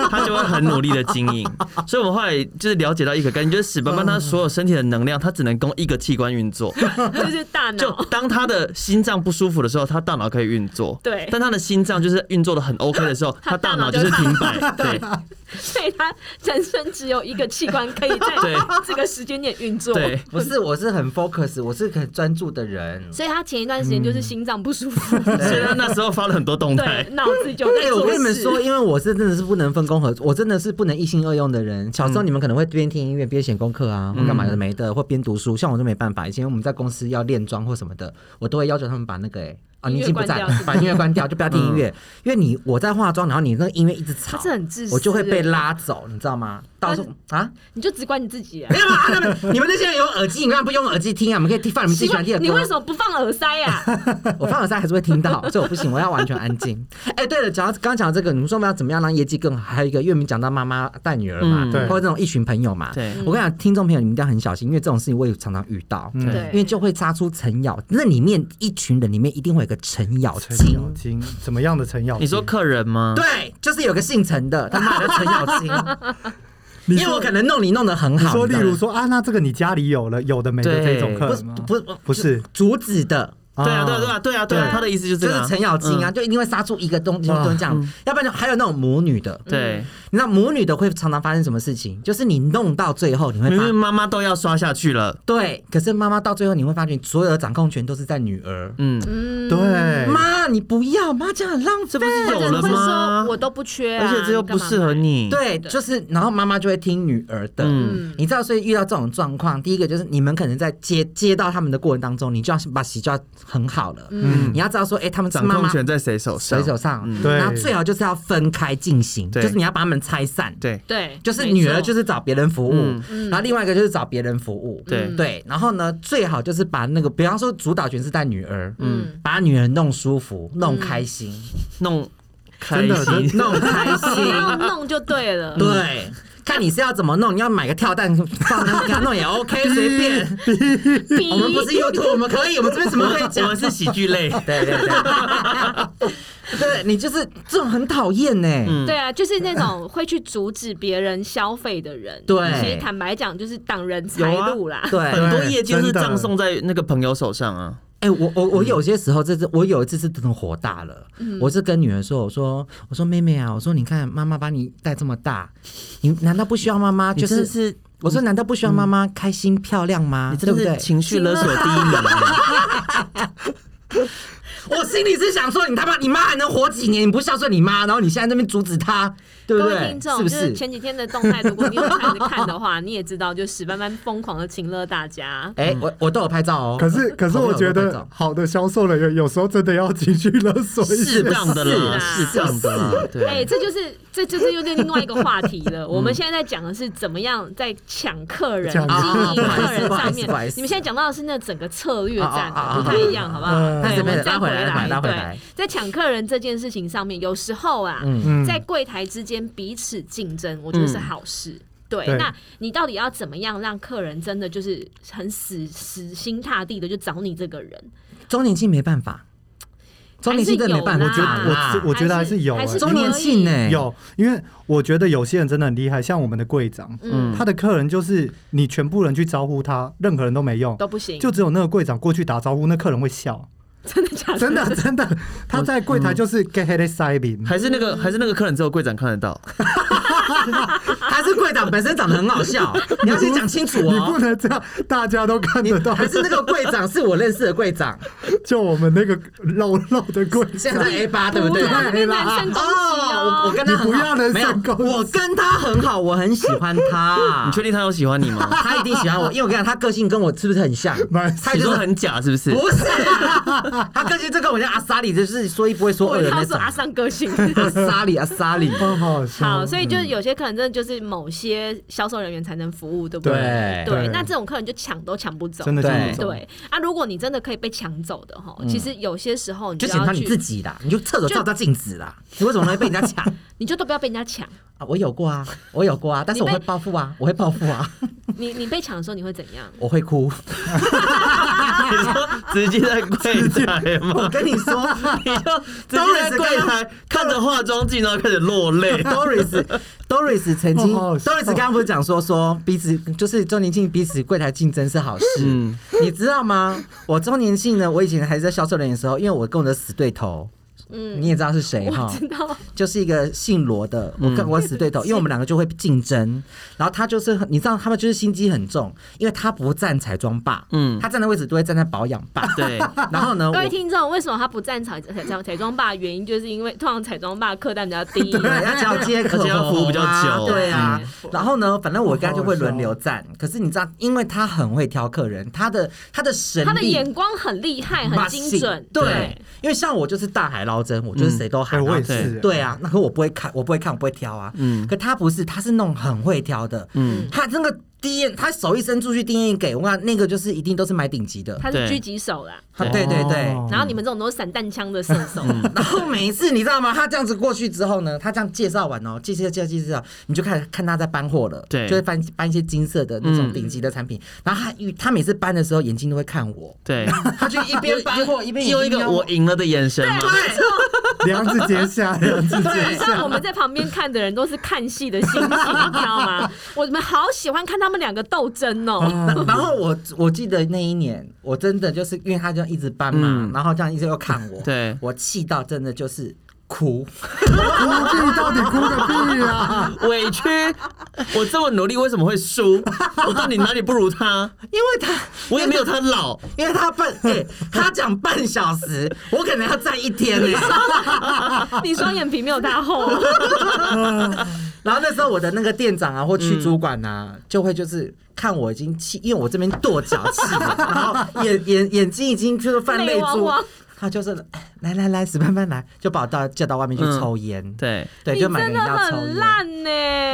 Speaker 5: 他就会很努力的经营。所以我们后来就是了解到一个概念，就是史班班他所有身体的能量，他只能供一个器官运作。
Speaker 3: 就是大
Speaker 5: 就
Speaker 3: 脑。
Speaker 5: 当他的心脏不舒服的时候，他大脑可以运作。
Speaker 3: 对
Speaker 5: 但他的心脏就是运作的很 OK 的 时候，
Speaker 3: 他
Speaker 5: 他
Speaker 3: 大
Speaker 5: 大
Speaker 3: 脑
Speaker 5: 脑
Speaker 3: 就
Speaker 5: 就是是停摆。对
Speaker 3: 所以他人生只有一个器官可以在
Speaker 5: 对
Speaker 3: 这个时间点运作。
Speaker 5: 对，
Speaker 2: 不是，我是很 focus，我是很专注的人。
Speaker 3: 所以他前一段时间就是心脏不舒服，
Speaker 5: 所以他那时候发了很多动态
Speaker 3: 对，。脑子就
Speaker 2: 哎、
Speaker 3: 在做事。
Speaker 2: 我跟你们说，因为我是真的是不能分工合作，我真的是不能一心二用的
Speaker 3: 嗯
Speaker 2: 人。小时候你们可能会边听音乐边写功课啊，或干嘛有的没的，或边读书。像我就没办法，以前我们在公司要练妆或什么的，我都会要求他们把那个哎、啊，
Speaker 3: 音乐
Speaker 2: 你已经不在
Speaker 3: 关掉是不是，
Speaker 2: 把音乐关掉，就不要听音乐，因为你我在化妆，然后你那个音乐一直吵，
Speaker 3: 他真的很自私
Speaker 2: 我就会被拉走，你知道吗？到时候啊，
Speaker 3: 你就只管你自己、啊
Speaker 2: 没。有啊，他们你们那些人有耳机，你干嘛不用耳机听啊？你们可以 听放你们自己喜欢听的歌。啊
Speaker 3: 你为什么不放耳塞呀、 啊？
Speaker 2: 我放耳塞还是会听到，所以我不行，我要完全安静。哎、对了，讲到刚讲到这个，你们说我们要怎么样让业绩更好？还有一个，因为我们讲到妈妈带女儿嘛，
Speaker 5: 嗯
Speaker 4: 对
Speaker 2: 或者这种一群朋友嘛，
Speaker 5: 对
Speaker 2: 我跟你讲，听众朋友你们一定要很小心，因为这种事情我也常常遇到。
Speaker 4: 嗯
Speaker 3: 对
Speaker 2: 因为就会擦出程咬，那里面一群人里面一定会有个程
Speaker 4: 哦
Speaker 2: 咬金，
Speaker 4: 咬金怎么样的程咬金？
Speaker 5: 你说客人吗？
Speaker 2: 对，就是有个姓陈的，他妈的程咬金，
Speaker 4: 你
Speaker 2: 因为我可能弄你弄得很好。
Speaker 4: 说，
Speaker 2: 你知
Speaker 4: 例
Speaker 2: 道吗
Speaker 4: 如说啊，那这个你家里有了，有的没的
Speaker 5: 对
Speaker 4: 这种客人吗？
Speaker 2: 不是不是
Speaker 4: 不是，
Speaker 2: 竹子的，
Speaker 5: 对啊，对啊，对啊，对啊，对啊，他的意思就是
Speaker 2: 就
Speaker 5: 这个
Speaker 2: 是
Speaker 5: 啊
Speaker 2: 程咬金啊，，就一定会杀出一个东东东这样。要不然就还有那种母女的，
Speaker 5: 嗯对，
Speaker 2: 你知道母女的会常常发生什么事情？就是你弄到最后，你会
Speaker 5: 明明
Speaker 2: 发
Speaker 5: 妈妈都要刷下去了，
Speaker 2: 对，可是妈妈到最后你会发觉，所有的掌控权都是在女儿。
Speaker 5: 嗯，
Speaker 4: 对，
Speaker 2: 妈，你不要，妈这样很浪费。
Speaker 5: 这不是
Speaker 3: 或
Speaker 5: 有
Speaker 3: 者
Speaker 5: 了
Speaker 3: 会说
Speaker 5: 吗？
Speaker 3: 我都不缺啊，
Speaker 5: 而且这又不适合
Speaker 3: 你
Speaker 5: 你，
Speaker 2: 对，就是，然后妈妈就会听女儿的。
Speaker 5: 嗯
Speaker 2: 你知道，所以遇到这种状况，第一个就是你们可能在接接到他们的过程当中，你就要把喜就要很好了。嗯，你要知道说，哎、他们是
Speaker 5: 掌
Speaker 2: 妈
Speaker 5: 控
Speaker 2: 妈
Speaker 5: 权在谁手上？嗯
Speaker 2: 谁手上，
Speaker 4: 对
Speaker 2: 然后最好就是要分开进行，就
Speaker 5: 对
Speaker 2: 是你要把他们拆散。
Speaker 5: 对，
Speaker 3: 干嘛。对，
Speaker 2: 就是女儿就是是找别人服务，
Speaker 5: 嗯
Speaker 2: 然后另外一个就是找别人服务，
Speaker 5: 对
Speaker 2: 对，然后呢，最好就是把那个，比方说主导权是在女儿，嗯
Speaker 3: 嗯，
Speaker 2: 把女儿弄舒服、弄开心、
Speaker 5: 弄开
Speaker 4: 真的
Speaker 5: 心，
Speaker 4: 真
Speaker 2: 弄开
Speaker 3: 你
Speaker 2: 心，
Speaker 3: 要弄就对了。
Speaker 2: 对。看你是要怎么弄，你要买个跳蛋放那给他弄也 OK，随便。 我们不是 YouTube，我们可以，我们这边什么都可以
Speaker 5: 我
Speaker 2: 讲
Speaker 5: 们。是喜剧类，
Speaker 2: 对对对，对你就是这种很讨厌
Speaker 5: 嗯
Speaker 2: 呢。
Speaker 3: 对啊，就是那种会去阻止别人消费的人。
Speaker 2: 对啊
Speaker 3: 其实坦白讲，就是挡人财路啦。
Speaker 2: 对，
Speaker 5: 很多业绩都是
Speaker 4: 真的
Speaker 5: 葬送在那个朋友手上啊。
Speaker 2: 哎、我我
Speaker 3: 嗯
Speaker 2: 我有些时候，这是我有一次是真的火大了。我是跟女儿说，我说我说妹妹啊，我说你看妈妈把你带这么大，你难道不需要妈妈？就
Speaker 5: 你
Speaker 2: 是
Speaker 5: 真的是，
Speaker 2: 我说难道不需要妈妈
Speaker 3: 嗯
Speaker 2: 开心漂亮吗
Speaker 5: 你？
Speaker 2: 对
Speaker 5: 真
Speaker 2: 不
Speaker 5: 的
Speaker 2: 啊对
Speaker 5: 是？情绪勒索第一名啊，
Speaker 2: 我心里是想说，你他妈你妈还能活几年？你不孝顺你妈，然后你现在这边阻止她，对不
Speaker 3: 各位
Speaker 2: 对
Speaker 3: 听？众，
Speaker 2: 是不
Speaker 3: 就是
Speaker 2: 是？
Speaker 3: 前几天的动态，如果你有看看的话，你也知道，就史班班疯狂的请乐大家。
Speaker 2: 哎、我我都有拍照哦。
Speaker 4: 可是可是我
Speaker 2: 朋
Speaker 4: 觉
Speaker 2: 友都有拍照
Speaker 4: 得好的销售人员有时候真的要情绪勒索一
Speaker 5: 适
Speaker 4: 下，
Speaker 5: 当的啦，
Speaker 3: 是啊
Speaker 5: 适当的啦，
Speaker 2: 嗯
Speaker 3: 哎、
Speaker 5: 对，
Speaker 3: 这就是这就是有点另外一个话题了。我们现在在讲的是怎么样在抢客人、经营
Speaker 4: 抢
Speaker 2: 客人
Speaker 3: 客人
Speaker 2: 不好
Speaker 3: 上
Speaker 2: 意思
Speaker 3: 面
Speaker 2: 不好意。思
Speaker 3: 你们现在讲到的是那整个策略战
Speaker 2: 啊啊啊啊，
Speaker 3: 不太一样，好不好？
Speaker 4: 嗯
Speaker 3: 对，我
Speaker 2: 拉回来
Speaker 3: 们再
Speaker 2: 拉回来拉回来
Speaker 3: 对，在抢客人这件事情上面，有时候啊，
Speaker 4: 嗯
Speaker 3: 在柜台之间彼此竞争，我觉得是
Speaker 2: 嗯
Speaker 3: 好事。对，
Speaker 4: 对
Speaker 3: 那你到底要怎么样让客人真的就是很死死心塌地的就找你这个人？
Speaker 2: 周年庆没办法，周年庆真的没办法，
Speaker 3: 还是有啦
Speaker 2: 啦
Speaker 4: 我觉得还是有
Speaker 3: 还
Speaker 4: 哎
Speaker 3: 是
Speaker 2: 周啊年欸庆呢、
Speaker 3: 可以
Speaker 4: 有，因为我觉得有些人真的很厉害，像我们的柜长，
Speaker 3: 嗯
Speaker 4: 他的客人就是你全部人去招呼他，任何人都没用，
Speaker 3: 都不行，
Speaker 4: 就只有那个柜长过去打招呼，那客人会笑，
Speaker 3: 真的假的？
Speaker 4: 真的真的，他在柜
Speaker 2: 嗯
Speaker 4: 台就是 get head side
Speaker 5: 还是那个还是那个客人只有柜长看得到，啊
Speaker 2: 还是柜长本身长得很好笑，你要先讲清楚
Speaker 4: 你不
Speaker 2: 哦。
Speaker 4: 能这样，大家都看得到。
Speaker 2: 还是那个柜长是我认识的柜长，
Speaker 4: 就我们那个 肉肉的柜
Speaker 2: 现
Speaker 4: 长，
Speaker 2: 在 A 八对不对？
Speaker 3: 不要被男生攻击
Speaker 2: 哦，我我
Speaker 3: 哦。
Speaker 2: 跟他很好
Speaker 4: 你不要人
Speaker 2: 没有
Speaker 4: 身攻，击
Speaker 2: 我跟他很好，我很喜欢他。
Speaker 5: 你确定他有喜欢你吗？
Speaker 2: 他一定喜欢我，因为我跟你讲，他个性跟我是不是很像？
Speaker 4: 蛮
Speaker 2: 他
Speaker 5: 你
Speaker 2: 就
Speaker 5: 说
Speaker 2: 是
Speaker 5: 很假是不是？
Speaker 2: 不是啊，他个性就跟我像阿莎里，就是说一不会说
Speaker 3: 我
Speaker 2: 二的
Speaker 3: 要
Speaker 2: 那
Speaker 3: 说
Speaker 2: 种。
Speaker 3: 阿尚 个性。
Speaker 2: 阿莎里，阿莎里，
Speaker 4: 好好笑。
Speaker 2: 嗯
Speaker 3: 好，所以就是有些客人真的就是某些销售人员才能服务，对不
Speaker 2: 对
Speaker 3: 对？
Speaker 4: 对
Speaker 3: 那这种客人就抢都抢不走，
Speaker 4: 真的
Speaker 2: 对
Speaker 4: 真的
Speaker 3: 对啊。如果你真的可以被抢走的哈，其实有些时候你
Speaker 2: 嗯就检
Speaker 3: 要
Speaker 2: 查你自
Speaker 3: 去，
Speaker 2: 己啦，你就厕所
Speaker 3: 就
Speaker 2: 照照镜子啦，你为什么会被人家抢
Speaker 3: 你就都不要被人家抢。
Speaker 2: 啊？我有过啊，我有过啊，但是我会报复啊，我会报复啊，
Speaker 3: 你你被抢的时候你会怎 样？
Speaker 2: 我会哭。
Speaker 5: 你说直接在柜台
Speaker 2: 我
Speaker 5: 吗？
Speaker 2: 跟你说，
Speaker 5: 你就直接在柜台看着化妆镜，然后开始落泪。
Speaker 2: Doris Doris 曾经
Speaker 4: 好好笑
Speaker 2: Doris 刚刚不是讲说说彼此就是周年庆彼此柜台竞争是好事，
Speaker 5: 嗯
Speaker 2: 你知道吗？我周年庆呢，我以前还是在销售人员的时候，因为我跟我的死对头，
Speaker 3: 嗯
Speaker 2: 你也知道是谁哈，
Speaker 3: 知道
Speaker 2: 就是一个姓罗的，我跟我死对头，因为我们两个就会竞争，然后他就是很你知道他们就是心机很重，因为他不站彩妆吧，嗯，
Speaker 5: 嗯
Speaker 2: 他站的位置都会站在保养吧，
Speaker 5: 对，
Speaker 2: 然后呢，
Speaker 3: 各
Speaker 2: 我
Speaker 3: 位听众，为什么他不站彩彩妆彩妆吧？原因就是因为通常彩妆吧客单比较低， 啊
Speaker 2: 对，要交接口
Speaker 5: 而且要服务比较久
Speaker 2: 对啊。
Speaker 3: 嗯
Speaker 2: 然后呢，反正我跟他就会轮流站。可是你知道，因为他很会挑客人，他的他的神力，
Speaker 3: 他的眼光很厉害，很精准，嗯
Speaker 2: 对，，因为像我就是大海捞针，我就是谁都
Speaker 4: 哎
Speaker 2: 喊、
Speaker 4: 我也
Speaker 5: 对
Speaker 4: 是，
Speaker 2: 对啊，那可我不会看，我不会看，我不会挑啊。嗯，可他不是，他是那种很会挑的。嗯，他那个第一眼，他手一伸出去，第一眼给我看，那个就是一定都是买顶级的。
Speaker 3: 他是狙击手啦。
Speaker 2: 他对对对。嗯
Speaker 4: 哦
Speaker 3: 然后你们这种都是散弹枪的射手，
Speaker 2: 然后每一次你知道吗？他这样子过去之后呢，他这样介绍完哦，介绍介绍介绍，你就开始看他在搬货了，
Speaker 5: 对嗯
Speaker 2: 就会搬搬一些金色的那种顶级的产品。然后他他每次搬的时候，眼睛都会看我，
Speaker 5: 对，
Speaker 2: 他就一边搬货一边
Speaker 5: 用一个我赢了的眼神嘛。
Speaker 2: 对，
Speaker 4: 梁子结下，梁子
Speaker 3: 对，
Speaker 4: 结
Speaker 3: 像我
Speaker 4: 下。
Speaker 3: 们在旁边看的人都是看戏的心情，你知道吗？我们好喜欢看他们两个斗 争哦。
Speaker 2: 嗯然然后我我记得那一年，我真的就是因为他就一直搬嘛，
Speaker 5: 嗯
Speaker 2: 然后这样一直又看我，
Speaker 5: 对
Speaker 2: 我气到真的就是哭，
Speaker 4: 哭屁，到底哭个屁 啊！
Speaker 5: 委屈，我这么努力为什么会输？我到底哪里不如他？
Speaker 2: 因为他
Speaker 5: 我也没有他老。
Speaker 2: 因为他半哎、他讲半小时，我可能要站一天 呢、
Speaker 3: 你双眼皮没有他厚，
Speaker 2: 然后那时候我的那个店长
Speaker 3: 嗯
Speaker 2: 啊，或区主管啊，就会就是看我已经气，因为我这边跺脚气 了，然后眼眼眼睛已经就是泛泪
Speaker 3: 泪汪
Speaker 2: 珠
Speaker 3: 汪，
Speaker 2: 他就是哎来来来，史班班来，就把我到叫到外面去
Speaker 5: 嗯
Speaker 2: 抽烟，
Speaker 5: 对，
Speaker 2: 对，
Speaker 3: 你
Speaker 2: 就买
Speaker 3: 真
Speaker 2: 饮
Speaker 3: 的
Speaker 2: 料抽
Speaker 3: 很
Speaker 2: 烟。
Speaker 3: 烂呢、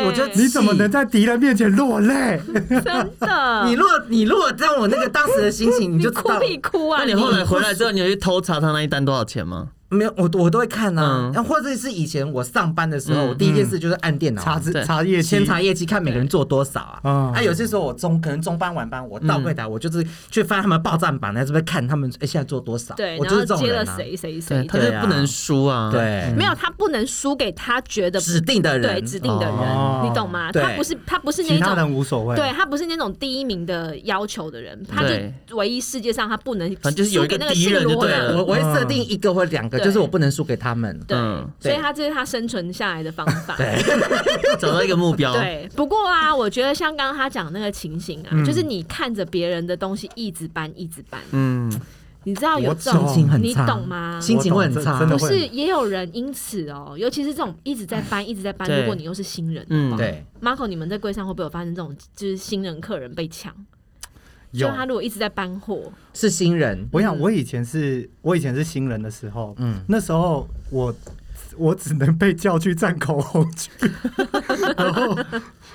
Speaker 2: 我觉得
Speaker 4: 你怎么能在敌人面前落泪？
Speaker 3: 真的，
Speaker 2: 你若你若让我那个当时的心 情，你就知
Speaker 3: 啊哭
Speaker 2: 道
Speaker 3: 屁哭啊！
Speaker 5: 那你后来回来之后，你有去偷查他那一单多少钱吗？
Speaker 2: 没有我我都会看啊
Speaker 5: 嗯，
Speaker 2: 然后或者是以前我上班的时候，
Speaker 5: 嗯
Speaker 2: 我第一件事就是按电脑啊
Speaker 4: 查资
Speaker 5: 对
Speaker 4: 查业绩
Speaker 2: 先，查业绩，看每个人做多少啊
Speaker 4: 嗯。
Speaker 2: 啊，有些时候我中可能中班晚班，我到柜台，我就是去翻他们报账榜，在这边看他们哎现在做多少。
Speaker 3: 对，
Speaker 2: 我
Speaker 3: 然
Speaker 2: 就是
Speaker 3: 后
Speaker 2: 这种
Speaker 3: 接了
Speaker 2: 人啊。
Speaker 3: 谁谁
Speaker 5: 对，
Speaker 3: 谁
Speaker 5: 他
Speaker 3: 的，
Speaker 5: 就
Speaker 2: 对啊
Speaker 5: 不能输啊。，
Speaker 2: 对，
Speaker 3: 没有他不能输给他觉得
Speaker 2: 指定的人，
Speaker 3: 对指定的
Speaker 4: 哦
Speaker 3: 人，你懂吗？
Speaker 2: 对
Speaker 3: 他不是他不是
Speaker 4: 其
Speaker 3: 那
Speaker 4: 他
Speaker 3: 种。
Speaker 4: 人无所谓。
Speaker 3: 对他不是那种第一名的要求的人，他
Speaker 5: 对
Speaker 3: 就唯一世界上他不能
Speaker 5: 正就是有
Speaker 3: 输给
Speaker 5: 一个
Speaker 3: 那个
Speaker 5: 敌
Speaker 3: 姓
Speaker 5: 人就
Speaker 3: 罗
Speaker 5: 对
Speaker 3: 的
Speaker 5: 了
Speaker 2: 我我会设定一个或两个，
Speaker 3: 对
Speaker 2: 就是我不能输给他们。
Speaker 3: 对
Speaker 5: 嗯，
Speaker 3: 所以
Speaker 2: 对
Speaker 3: 他这是他生存下来的方法。
Speaker 2: 对，
Speaker 5: 找到一个目标。
Speaker 3: 对，不过啊，我觉得像刚刚他讲那个情形啊，就是你看着别人的东西一直搬，一直搬，
Speaker 5: 嗯，
Speaker 3: 你知道有
Speaker 4: 我
Speaker 3: 这
Speaker 2: 心
Speaker 3: 种，
Speaker 2: 情很
Speaker 3: 你
Speaker 2: 差，
Speaker 3: 懂吗？
Speaker 2: 心情会很差，
Speaker 4: 我懂真
Speaker 3: 不
Speaker 4: 的
Speaker 3: 是，
Speaker 4: 会
Speaker 3: 也有人因此哦，尤其是这种一直在搬、一直在搬。
Speaker 5: 对
Speaker 3: 如果你又是新人，
Speaker 5: 嗯
Speaker 3: 嗯，
Speaker 2: 对。
Speaker 3: ，Marco，你们在柜上会不会有发生这种，就是新人客人被抢？就
Speaker 4: 有
Speaker 3: 他如果一直在搬货，
Speaker 2: 是新人，
Speaker 4: 我想，我以前是，我以前是新人的时候，
Speaker 2: 嗯
Speaker 4: 嗯，那时候我我只能被叫去站口红区， 然后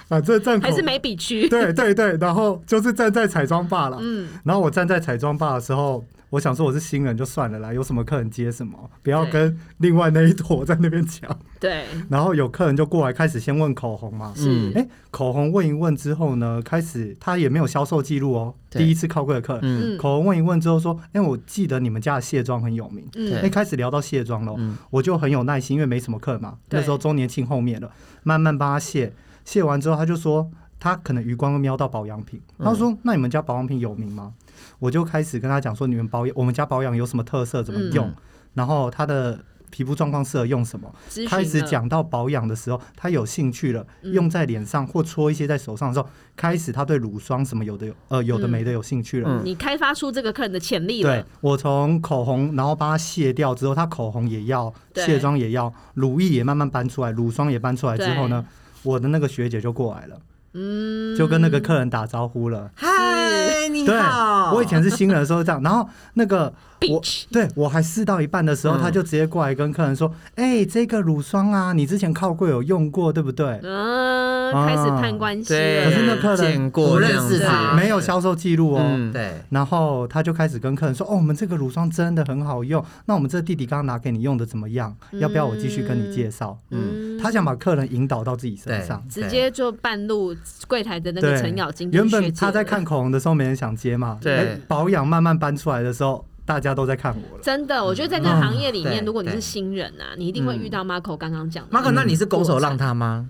Speaker 4: 反正站口
Speaker 3: 还是眉笔区？
Speaker 4: 对对对，然后就是站在彩妆吧了，
Speaker 3: 嗯，
Speaker 4: 然后我站在彩妆吧的时候，我想说我是新人就算了啦，有什么客人接什么，不要
Speaker 3: 对
Speaker 4: 跟另外那一坨在那边抢。
Speaker 3: 对，
Speaker 4: 然后有客人就过来开始先问口红嘛，
Speaker 3: 是
Speaker 5: 嗯，
Speaker 4: 哎，口红问一问之后呢，开始他也没有销售记录哦，
Speaker 5: 对
Speaker 4: 第一次靠柜的客人，
Speaker 5: 嗯，
Speaker 4: 口红问一问之后说：“哎、我记得你们家的卸妆很有名。”
Speaker 5: 对
Speaker 3: 嗯
Speaker 4: 哎、开始聊到卸妆了，
Speaker 5: 嗯
Speaker 4: 我就很有耐心，因为没什么课嘛。
Speaker 3: 对
Speaker 4: 那时候周年庆后面了，慢慢帮他卸，卸完之后他就说，他可能余光会瞄到保养品，
Speaker 3: 嗯
Speaker 4: 他说：“那你们家保养品有名吗？”我就开始跟他讲说：“你们保养，我们家保养有什么特色，怎么用，
Speaker 5: 嗯
Speaker 4: 然后他的皮肤状况适合用什么。”
Speaker 3: 咨询
Speaker 4: 开始
Speaker 3: 了，
Speaker 4: 讲到保养的时候，他有兴趣了，
Speaker 3: 嗯
Speaker 4: 用在脸上或搓一些在手上的时候，开始他对乳霜什么有的有，呃，有的
Speaker 3: 嗯
Speaker 4: 没的有兴趣了。
Speaker 5: 嗯
Speaker 3: 你开发出这个客人的潜力
Speaker 4: 对
Speaker 3: 了，
Speaker 4: 我从口红，然后把它卸掉之后，它口红也要，
Speaker 3: 对
Speaker 4: 卸妆也要，乳液也慢慢搬出来，乳霜也搬出来之后呢，我的那个学姐就过来了，
Speaker 3: 嗯，
Speaker 4: 就跟那个客人打招呼了。
Speaker 2: 嗨，你
Speaker 4: 对，
Speaker 2: 好，
Speaker 4: 我以前是新人的时候是 这样，然后那个我
Speaker 3: Bitch
Speaker 4: 对我还试到一半的时候，
Speaker 5: 嗯
Speaker 4: 他就直接过来跟客人说：“哎，这个乳霜啊，你之前靠柜有用过对不对？”
Speaker 3: 嗯，开始攀关系
Speaker 5: 对。
Speaker 3: 了，
Speaker 4: 可是那客人
Speaker 5: 见过
Speaker 2: 不
Speaker 5: 这
Speaker 2: 认
Speaker 5: 样
Speaker 2: 识
Speaker 5: 子
Speaker 3: 啊
Speaker 2: 他
Speaker 4: 没有销售记录哦。
Speaker 5: 嗯
Speaker 2: 对，
Speaker 4: 然后他就开始跟客人说：“哦，我们这个乳霜真的很好用，那我们这弟弟刚刚拿给你用的怎么样？要不要我继续跟你介绍？”
Speaker 3: 嗯
Speaker 4: 嗯，他想把客人引导到自己身上。
Speaker 3: 直接就半路柜台的那个
Speaker 4: 对
Speaker 3: 程咬金就
Speaker 4: 原
Speaker 3: 是学姐了，
Speaker 4: 本他在看口红的时候，没人想接嘛。
Speaker 5: 对
Speaker 4: 哎保养慢慢搬出来的时候，大家都在看我了。
Speaker 3: 真的，我觉得在这个
Speaker 4: 嗯
Speaker 3: 行业里面，
Speaker 2: 对
Speaker 3: 如果你
Speaker 2: 对
Speaker 3: 是新人啊，你一定会遇到 Marco 刚刚
Speaker 4: 嗯
Speaker 3: 讲的。嗯
Speaker 2: 马可，那你是拱手让他吗？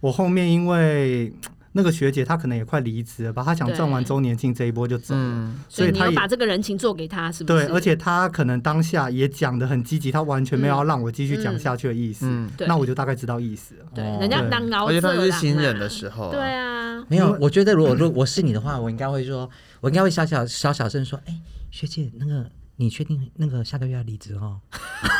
Speaker 4: 我后面因为嘖那个学姐她可能也快离职了吧，她想赚完周年庆这一波就走了，
Speaker 5: 嗯，
Speaker 3: 所以你
Speaker 4: 她
Speaker 3: 要
Speaker 4: 也
Speaker 3: 把这个人情做给他，是不
Speaker 4: 对
Speaker 3: 是？，
Speaker 4: 而且他可能当下也讲的很积极，他完全没有要让我继续讲下去的意思。
Speaker 5: 嗯嗯
Speaker 3: 对
Speaker 4: 那我就大概知道意思了。
Speaker 3: 对
Speaker 2: 哦
Speaker 3: 人家
Speaker 4: 对
Speaker 3: 当熬
Speaker 5: 而且他是新人
Speaker 3: 候，
Speaker 5: 的时候，
Speaker 3: 对，啊，
Speaker 2: 没有，我觉得如果如果我是你的话，我应该会说，我应该会小小小小声说，哎、学姐，那个你确定那个下个月要离职哦？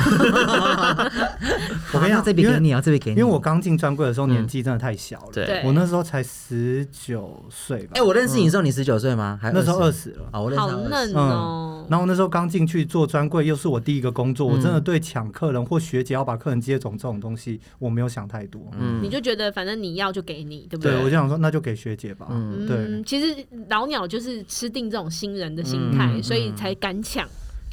Speaker 4: 我跟你
Speaker 2: 好那
Speaker 4: 讲，
Speaker 2: 这笔
Speaker 4: 因为
Speaker 2: 给你啊，这笔给
Speaker 4: 因
Speaker 2: 你，
Speaker 4: 为我刚进专柜的时候年纪真的太小了，
Speaker 5: 对
Speaker 3: 对
Speaker 4: 我那时候才十九岁吧，
Speaker 2: 哎、我认识你的时候你十九岁吗？还
Speaker 4: 那时候二
Speaker 2: 十？
Speaker 4: 十了。嗯
Speaker 2: 哦，我认识
Speaker 3: 好
Speaker 2: 他20
Speaker 3: 嫩哦。
Speaker 4: 然后那时候刚进去做专柜，又是我第一个工作，我真的对抢客人或学姐要把客人接走这种东西，我没有想太多。
Speaker 5: 嗯
Speaker 3: 你就觉得反正你要就给你，对不
Speaker 4: 对，我就想说那就给学姐吧。
Speaker 5: 嗯
Speaker 4: 对
Speaker 3: 嗯，其实老鸟就是吃定这种新人的心
Speaker 4: 嗯
Speaker 3: 态，所以才敢抢。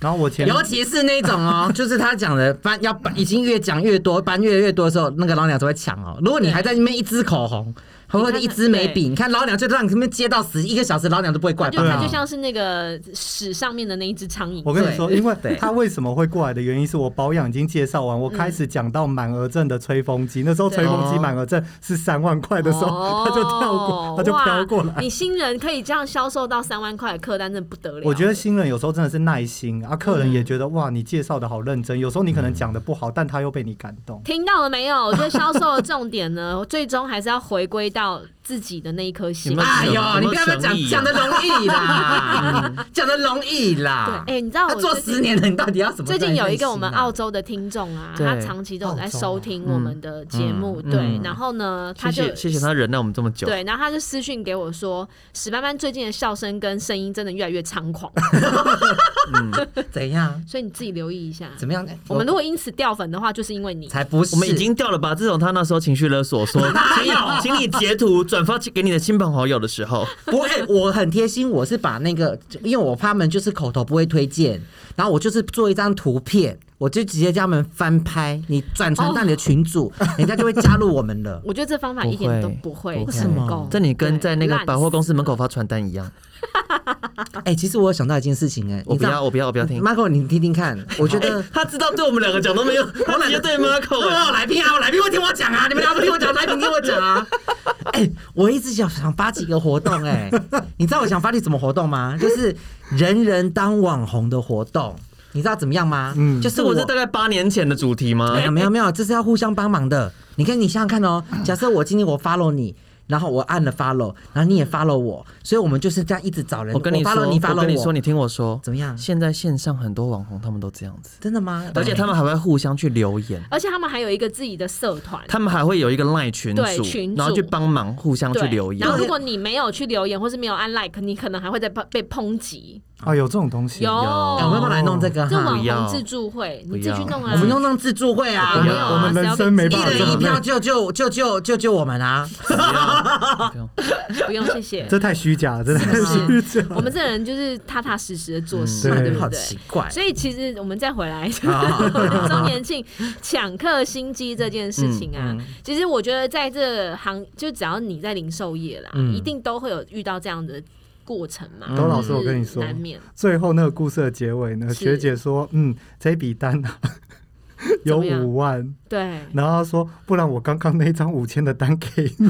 Speaker 4: 然后我前
Speaker 2: 尤其是那种 哦，就是他讲的搬要搬，已经越讲越多，搬越来越多的时候，那个老鸟就会抢哦。如果你还在那边一支口红，何况你一支眉笔，你看老鸟就让你们接到死一个小时，老鸟都不会怪
Speaker 3: 就
Speaker 2: 吧？
Speaker 4: 对
Speaker 3: 它
Speaker 4: 啊
Speaker 3: 就像是那个屎上面的那一只苍蝇。
Speaker 4: 我跟你说，因为
Speaker 2: 对
Speaker 4: 他为什么会过来的原因是我保养已经介绍完，我开始讲到满额赠的吹风机，那时候吹风机
Speaker 2: 对
Speaker 4: 满额赠是三万块的时
Speaker 3: 嗯哦
Speaker 4: 候，他就跳过，他就飘过
Speaker 3: 哇
Speaker 4: 来。
Speaker 3: 你新人可以这样销售到三万块的客单，真的不得了。
Speaker 4: 我觉得新人有时候真的是耐心啊，客人也觉得哇，你介绍的好认真。有时候你可能讲的不好，但他又被你感动。
Speaker 3: 听到了没有？我觉得销售的重点呢， 最终还是要回归到自己的那一颗心
Speaker 5: 你。们
Speaker 2: 哎呦，你不要再
Speaker 5: 有
Speaker 2: 讲
Speaker 5: 没
Speaker 2: 讲的
Speaker 5: 有诚意啊
Speaker 2: 容易 啦，讲的容易
Speaker 3: 对，
Speaker 2: 啦
Speaker 3: 哎、。你知道
Speaker 2: 啊他
Speaker 3: 我
Speaker 2: 做
Speaker 3: 最近
Speaker 2: 十年了，你到底要怎么
Speaker 3: 最
Speaker 2: 让人开心啊？
Speaker 3: 近有一个我们澳洲的听众啊，
Speaker 5: 对
Speaker 3: 他长期都有在收听我们的节目，
Speaker 2: 嗯嗯
Speaker 3: 对
Speaker 2: 嗯，
Speaker 3: 然后呢，他
Speaker 5: 谢
Speaker 3: 就
Speaker 5: 谢谢谢他忍耐我们这么久。
Speaker 3: 对，然后他就私讯给我说，史班班最近的笑声跟声音真的越来越猖狂，
Speaker 2: 怎样？
Speaker 3: 所以你自己留意一下。
Speaker 2: 怎么样？
Speaker 3: 我们如果因此掉粉的话，就是因啊为你。
Speaker 2: 才不是，
Speaker 5: 我们已经掉了吧？自从他那时候情绪勒 索说，请你请你截图转发给你的亲朋好友的时候，
Speaker 2: 不会，我很贴心，我是把那个，因为我怕他们就是口头不会推荐，然后我就是做一张图片，我就直接叫他们翻拍，你转传到你的群组，
Speaker 3: 哦
Speaker 2: 人家就会加入我们 了。
Speaker 3: 我觉得这方法一点都不会
Speaker 5: 不会
Speaker 3: 成
Speaker 2: 为什
Speaker 3: 功
Speaker 2: 么。
Speaker 5: 这你跟
Speaker 3: 哦对
Speaker 5: 在那个百货公司门口
Speaker 3: 烂死
Speaker 5: 发传单一样。
Speaker 2: 哎、其实我有想到一件事情、哎，
Speaker 5: 我
Speaker 2: 你
Speaker 5: 不
Speaker 2: 知道
Speaker 5: 要，我不要，我不要听。
Speaker 2: Marco，你听听看，我觉得。
Speaker 5: 哎他知道对我们两个讲都没有，他直接对 Marco 哎
Speaker 2: 哦，来宾啊，来宾会听我讲 啊，你们俩不听我讲，来宾听我讲啊。哎、我一直想想发起一个活动、 哎，你知道我想发起什么活动吗？就是人人当网红的活动，你知道怎么样吗？嗯，
Speaker 4: 嗯
Speaker 2: 就是
Speaker 5: 这
Speaker 2: 我呃啊
Speaker 5: 我是大概八年前的哎主题吗
Speaker 2: 没？有没有没有，这是要互相帮忙的。你看，你想想看哦，
Speaker 5: 嗯
Speaker 2: 假设我今天我 follow 你。然后我按了 follow，然后你也 follow 我，所以我们就是这样一直找人。
Speaker 5: 我跟你说，
Speaker 2: follow 你
Speaker 5: 我
Speaker 2: follow
Speaker 5: 跟你说，你听我说，
Speaker 2: 怎么 样
Speaker 5: 现在线上很多网红他们都这样子，
Speaker 2: 真的吗？
Speaker 5: 而且他
Speaker 2: 们
Speaker 5: 们还会互相去留言，
Speaker 3: 而且他们还有一个自己的社团，
Speaker 5: 他们还会有一个赖群
Speaker 3: 对群
Speaker 5: 组，
Speaker 3: 组
Speaker 5: 然后去帮忙互相去
Speaker 3: 对
Speaker 5: 留言
Speaker 3: 然。后如果你没有去留言或是没有按 like，你可能还会再被被抨击。
Speaker 4: 啊，有这种东西，
Speaker 3: 有，
Speaker 2: 哎我们要不要来弄这个
Speaker 3: 这
Speaker 2: 哈
Speaker 3: 网？
Speaker 5: 不要
Speaker 3: 红自助会，你
Speaker 5: 不
Speaker 3: 自己去
Speaker 5: 要
Speaker 3: 弄啊。
Speaker 2: 我们弄弄自助会啊，
Speaker 5: 我
Speaker 3: 没
Speaker 5: 们
Speaker 3: 有啊
Speaker 5: 我们
Speaker 3: 谁要
Speaker 4: 人生没
Speaker 3: 跟
Speaker 4: 办法
Speaker 2: 一
Speaker 4: 这
Speaker 2: 人
Speaker 4: 样
Speaker 5: 啊
Speaker 2: 一票救救救救救救我们啊！
Speaker 5: 不要
Speaker 3: 不用谢谢。
Speaker 4: 这太虚假了，真的太虚假。
Speaker 3: 我们这人就是踏踏实实的做事，
Speaker 4: 嗯对
Speaker 3: 对 不
Speaker 2: 好
Speaker 3: 对？
Speaker 2: 奇怪。
Speaker 3: 所以其实我们再回 来
Speaker 2: 好
Speaker 3: 周年庆抢客心机这件事情
Speaker 4: 嗯
Speaker 3: 啊，其实我觉得在这行，就只要你在零售业啦，
Speaker 2: 嗯
Speaker 3: 一定都会有遇到这样的过程嘛。
Speaker 4: 嗯周老师
Speaker 3: 就是
Speaker 4: 我跟你说
Speaker 3: 难免
Speaker 4: 最后那个故事的结尾呢，
Speaker 3: 是
Speaker 4: 学姐说，嗯，这笔单啊
Speaker 3: 怎
Speaker 4: 有
Speaker 3: 么样
Speaker 4: 五万，
Speaker 3: 对。
Speaker 4: 然后她说，不然我刚刚那张五千的单给你。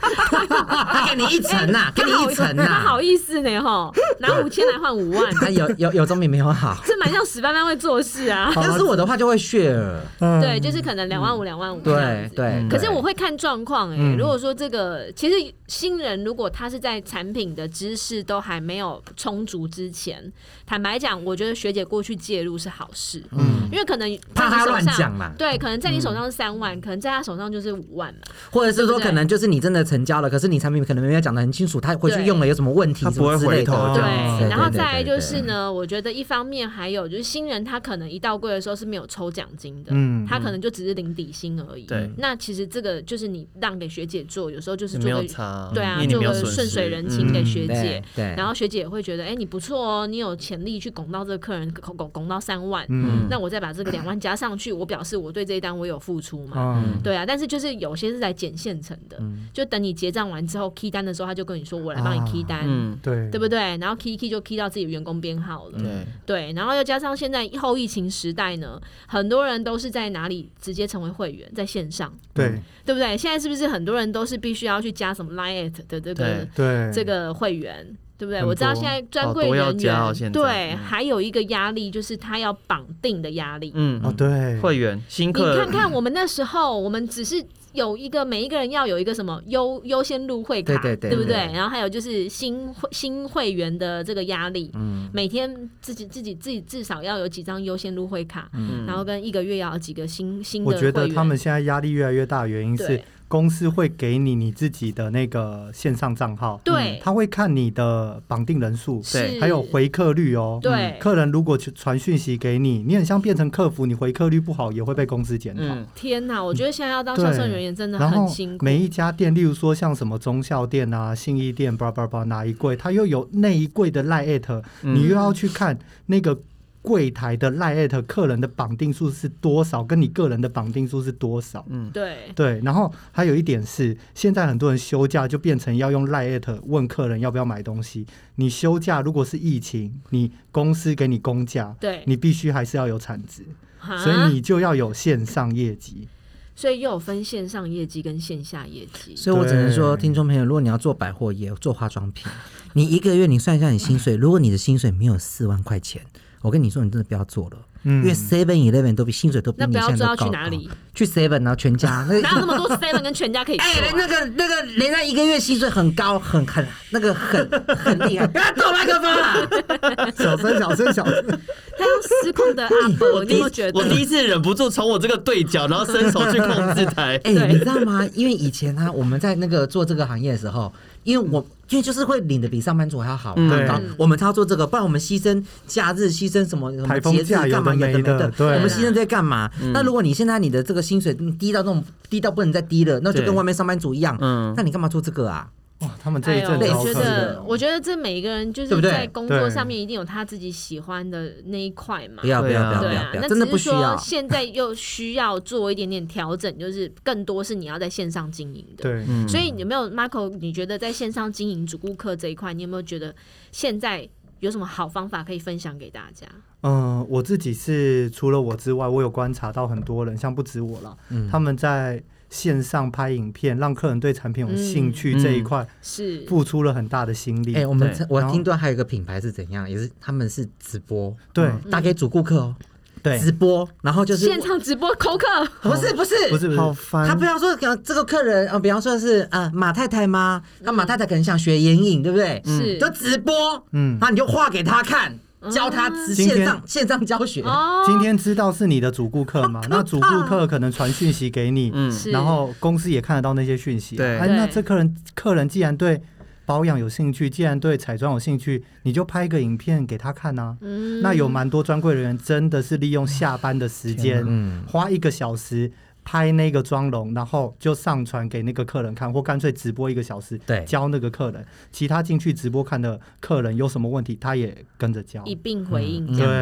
Speaker 2: 他给你一层呐，给你一层
Speaker 3: 哎
Speaker 2: 啊呐
Speaker 3: 他
Speaker 4: 啊
Speaker 3: 好。意思呢吼，拿五千来换五万，
Speaker 2: 他哎有有有总比没有好。
Speaker 3: 这蛮像史班班会做事 啊。
Speaker 2: 要是我的话就会 share，
Speaker 4: 嗯
Speaker 3: 对，就是可能两万五、两万五这样
Speaker 2: 对
Speaker 3: 子。
Speaker 2: 对。
Speaker 5: 嗯
Speaker 3: 可是
Speaker 2: 对
Speaker 3: 我会看状况哎，如果说这个其实新人如果他是在产品的知识都还没有充足之前，坦白讲，我觉得学姐过去介入是好事，
Speaker 4: 嗯，
Speaker 3: 因为可能在
Speaker 2: 怕
Speaker 3: 你
Speaker 2: 他
Speaker 3: 手
Speaker 2: 乱
Speaker 3: 上
Speaker 2: 讲嘛
Speaker 3: 对，可能在你手上是三万，可能在他手上就是五万嘛，
Speaker 2: 或者是
Speaker 3: 对
Speaker 2: 说，
Speaker 3: 不对
Speaker 2: 可能就是你真的成交了，可是你产品可能没有讲的很清楚，他回去
Speaker 3: 对
Speaker 2: 用了有什么问题，
Speaker 5: 他不会
Speaker 2: 什么之类的
Speaker 5: 回头
Speaker 4: 这样子
Speaker 3: 对，
Speaker 4: 对
Speaker 3: 然后再来就是，呢，我觉得一方面还有就是新人他可能一到柜的时候是没有抽奖金的，
Speaker 4: 嗯
Speaker 3: 他可能就只是领底薪而已。
Speaker 5: 对
Speaker 3: 那其实这个就是你让给学姐做，有时候就是
Speaker 5: 你没
Speaker 3: 做
Speaker 5: 有
Speaker 3: 个
Speaker 5: 差，
Speaker 3: 对啊
Speaker 5: 因为，你
Speaker 3: 做
Speaker 5: 没有
Speaker 3: 个
Speaker 5: 损失嗯
Speaker 3: 顺水人情给学
Speaker 2: 嗯对
Speaker 3: 姐
Speaker 2: 对。对，
Speaker 3: 然后学姐也会觉得，哎、你不错哦，你有潜力去拱到这个客人，拱拱拱到三万，
Speaker 4: 嗯
Speaker 3: 那我再把这个两万加上去，我表示我对这一单我有付出
Speaker 5: 哦
Speaker 3: 嘛。
Speaker 4: 嗯，
Speaker 3: 对啊，但是就是有些是来捡现成的，
Speaker 5: 嗯
Speaker 3: 就等你结账完之后 key 单的时候，他就跟你说我来帮你 key 单，
Speaker 5: 嗯，
Speaker 4: 对，
Speaker 3: 对不对？然后 key key 就 key 到自己员工编号了，
Speaker 5: 对，
Speaker 3: 嗯对。然后又加上现在后疫情时代呢，很多人都是在哪里直接成为会员，在线上，
Speaker 4: 对
Speaker 3: 对不对？现在是不是很多人都是必须要去加什么 line at 的这个
Speaker 5: 对
Speaker 4: 对，
Speaker 3: 这个会员？对不对？
Speaker 4: 很多
Speaker 3: 我知道现在专柜
Speaker 5: 好多要
Speaker 3: 人
Speaker 5: 加哦现
Speaker 3: 员
Speaker 5: 在
Speaker 3: 对，
Speaker 5: 嗯
Speaker 3: 还有一个压力就是他要绑定的压力。
Speaker 5: 嗯，
Speaker 4: 哦对，
Speaker 5: 会员新
Speaker 3: 你
Speaker 5: 客
Speaker 3: 看看我们那时候，我们只是有一个每一个人要有一个什么优优先入会卡，
Speaker 2: 对对对
Speaker 3: 不对
Speaker 2: 对？
Speaker 3: 然后还有就是新会新会员的这个压力，每天自己自己自己至少要有几张优先入会卡，
Speaker 5: 嗯
Speaker 3: 然后跟一个月要有几个新新的
Speaker 4: 我
Speaker 3: 会
Speaker 4: 觉
Speaker 3: 员。
Speaker 4: 得他们现在压力越来越大，原因是
Speaker 3: 对
Speaker 4: 公司会给你你自己的那个线上账号，嗯
Speaker 3: 对
Speaker 4: 他会看你的绑定人数，
Speaker 5: 对
Speaker 3: 是
Speaker 4: 还有回客率哦。
Speaker 3: 对
Speaker 4: 客人如果去传讯息给你，你很像变成客服，你回客率不好也会被公司检讨。
Speaker 5: 嗯，
Speaker 3: 天哪，我觉得现在要当
Speaker 4: 对
Speaker 3: 销售人员真的
Speaker 4: 然后
Speaker 3: 很辛苦。
Speaker 4: 每一家店，例如说像什么中校店啊、信义店、嗯叭叭叭哪一柜，它又有那一柜的赖 at，、你又要去看那个。柜台的 line at 客人的绑定数是多少，跟你个人的绑定数是多少。
Speaker 3: 对，
Speaker 4: 对，然后还有一点是，现在很多人休假就变成要用 Line at 问客人要不要买东西。你休假如果是疫情，你公司给你公假，
Speaker 3: 对啊
Speaker 4: 你必须还是要有产值，
Speaker 3: 哈
Speaker 4: 所以你就要有线上业绩。
Speaker 3: 所以又有分线上业绩跟线下业绩，
Speaker 2: 所以我只能说，
Speaker 4: 对
Speaker 2: 听众朋友，如果你要做百货业、做化妆品，你一个月你算一下你薪水，如果你的薪水没有四万块钱，我跟你说，你真的不要做了。
Speaker 4: 嗯
Speaker 2: 因为 Seven Eleven 都比薪水都比
Speaker 3: 那
Speaker 2: 你
Speaker 3: 不要
Speaker 2: 现在
Speaker 3: 知
Speaker 2: 都
Speaker 3: 道
Speaker 2: 高。
Speaker 3: 去哪里？
Speaker 2: 去 Seven 然后全 家那
Speaker 3: 哪
Speaker 2: 个。
Speaker 3: 有那么多 seven 跟全 家可以
Speaker 2: 哎、
Speaker 3: 说啊？
Speaker 2: 那个那个，人家一个月薪水很高，很很那个很很厉害， 不要动麦克风啊！
Speaker 4: 小声，小声，小声。
Speaker 3: 他要失控的阿伯，你有没有觉
Speaker 5: 我第
Speaker 3: 得？
Speaker 5: 一次忍不住从我这个对角，然后伸手去控 制台。
Speaker 2: 哎、
Speaker 3: 对
Speaker 2: 你知道吗？因为以前呢、啊我们在那个做这个行业的时候，因为我因为就是会领的比上班族还要好，
Speaker 5: 嗯
Speaker 2: 很高
Speaker 4: 对。
Speaker 2: 我们才要做这个，不然我们牺牲假日，牺牲什么什么
Speaker 4: 台风
Speaker 2: 节日
Speaker 4: 假有
Speaker 2: 干嘛
Speaker 4: 的没
Speaker 2: 的
Speaker 4: 的对嗯
Speaker 2: 我们牺牲这些干嘛？那如果你现在你的这个薪水嗯低到那种低到不能再低了，那就
Speaker 5: 对
Speaker 2: 跟外面上班族一样，
Speaker 5: 嗯
Speaker 2: 那你干嘛做这个啊？
Speaker 4: 哇，他们这
Speaker 3: 哎
Speaker 4: 一
Speaker 3: 呦，
Speaker 4: 阵
Speaker 2: 类
Speaker 4: 超
Speaker 3: 我
Speaker 2: 似
Speaker 3: 觉
Speaker 4: 可怜
Speaker 3: 得
Speaker 2: 的，
Speaker 4: 哦
Speaker 3: 我觉得这每一个人就
Speaker 2: 对
Speaker 3: 是
Speaker 2: 不对
Speaker 3: 在工作
Speaker 4: 对
Speaker 3: 上面一定有他自己喜欢的那一块嘛
Speaker 2: 不。要不
Speaker 5: 对
Speaker 2: 要
Speaker 5: 啊
Speaker 2: 不要不
Speaker 3: 对
Speaker 2: 要
Speaker 3: 啊
Speaker 2: 不，要，
Speaker 3: 那
Speaker 2: 真的
Speaker 3: 只
Speaker 2: 不
Speaker 3: 是
Speaker 2: 需
Speaker 3: 说。
Speaker 2: 要
Speaker 3: 现在又需要做一点点调整，就是更多是你要在线上经营的。
Speaker 4: 对，
Speaker 5: 嗯
Speaker 3: 所以有没有 Marco？你觉得在线上经营主顾客这一块，你有没有觉得现在有什么好方法可以分享给大家？
Speaker 4: 嗯，我自己是除了我之外，我有观察到很多人，像不止我啦，他们在线上拍影片，让客人对产品有
Speaker 2: 嗯
Speaker 4: 兴趣这一块，
Speaker 3: 是
Speaker 4: 付出了很大的心力。
Speaker 2: 哎、我们
Speaker 5: 对
Speaker 2: 我
Speaker 4: 然后
Speaker 2: 听说还有一个品牌是怎样，也是他们是直播，
Speaker 4: 对
Speaker 2: 打给主顾客哦，
Speaker 4: 对，
Speaker 2: 直播，然后就是
Speaker 3: 现场直播口渴，
Speaker 2: 不是不是哦
Speaker 4: 不是不是，
Speaker 5: 烦
Speaker 2: 他不要说讲这个客人啊、呃比方说是啊马太太吗？那马太太可能想学眼影，对不对？
Speaker 3: 嗯是
Speaker 2: 就直播，
Speaker 4: 嗯
Speaker 2: 嗯，那你就画给他看，教他直
Speaker 4: 今天
Speaker 2: 线上线上教学。
Speaker 3: 哦，
Speaker 4: 今天知道是你的主顾客嘛？那主顾客可能传讯息给你，
Speaker 5: 嗯
Speaker 3: 是
Speaker 4: 然后公司也看得到那些讯息啊。
Speaker 5: 对
Speaker 4: 哎，
Speaker 3: 对
Speaker 4: 那这客人客人既然对保养有兴趣，既然对彩妆有兴趣，你就拍一个影片给他看啊。
Speaker 3: 嗯
Speaker 4: 那有蛮多专柜人员真的是利用下班的时间，花一个小时拍那个妆容，然后就上传给那个客人看，或干脆直播一个小时，
Speaker 2: 对
Speaker 4: 教那个客人。其他进去直播看的客人有什么问题，他也跟着教。
Speaker 3: 一并回应这样。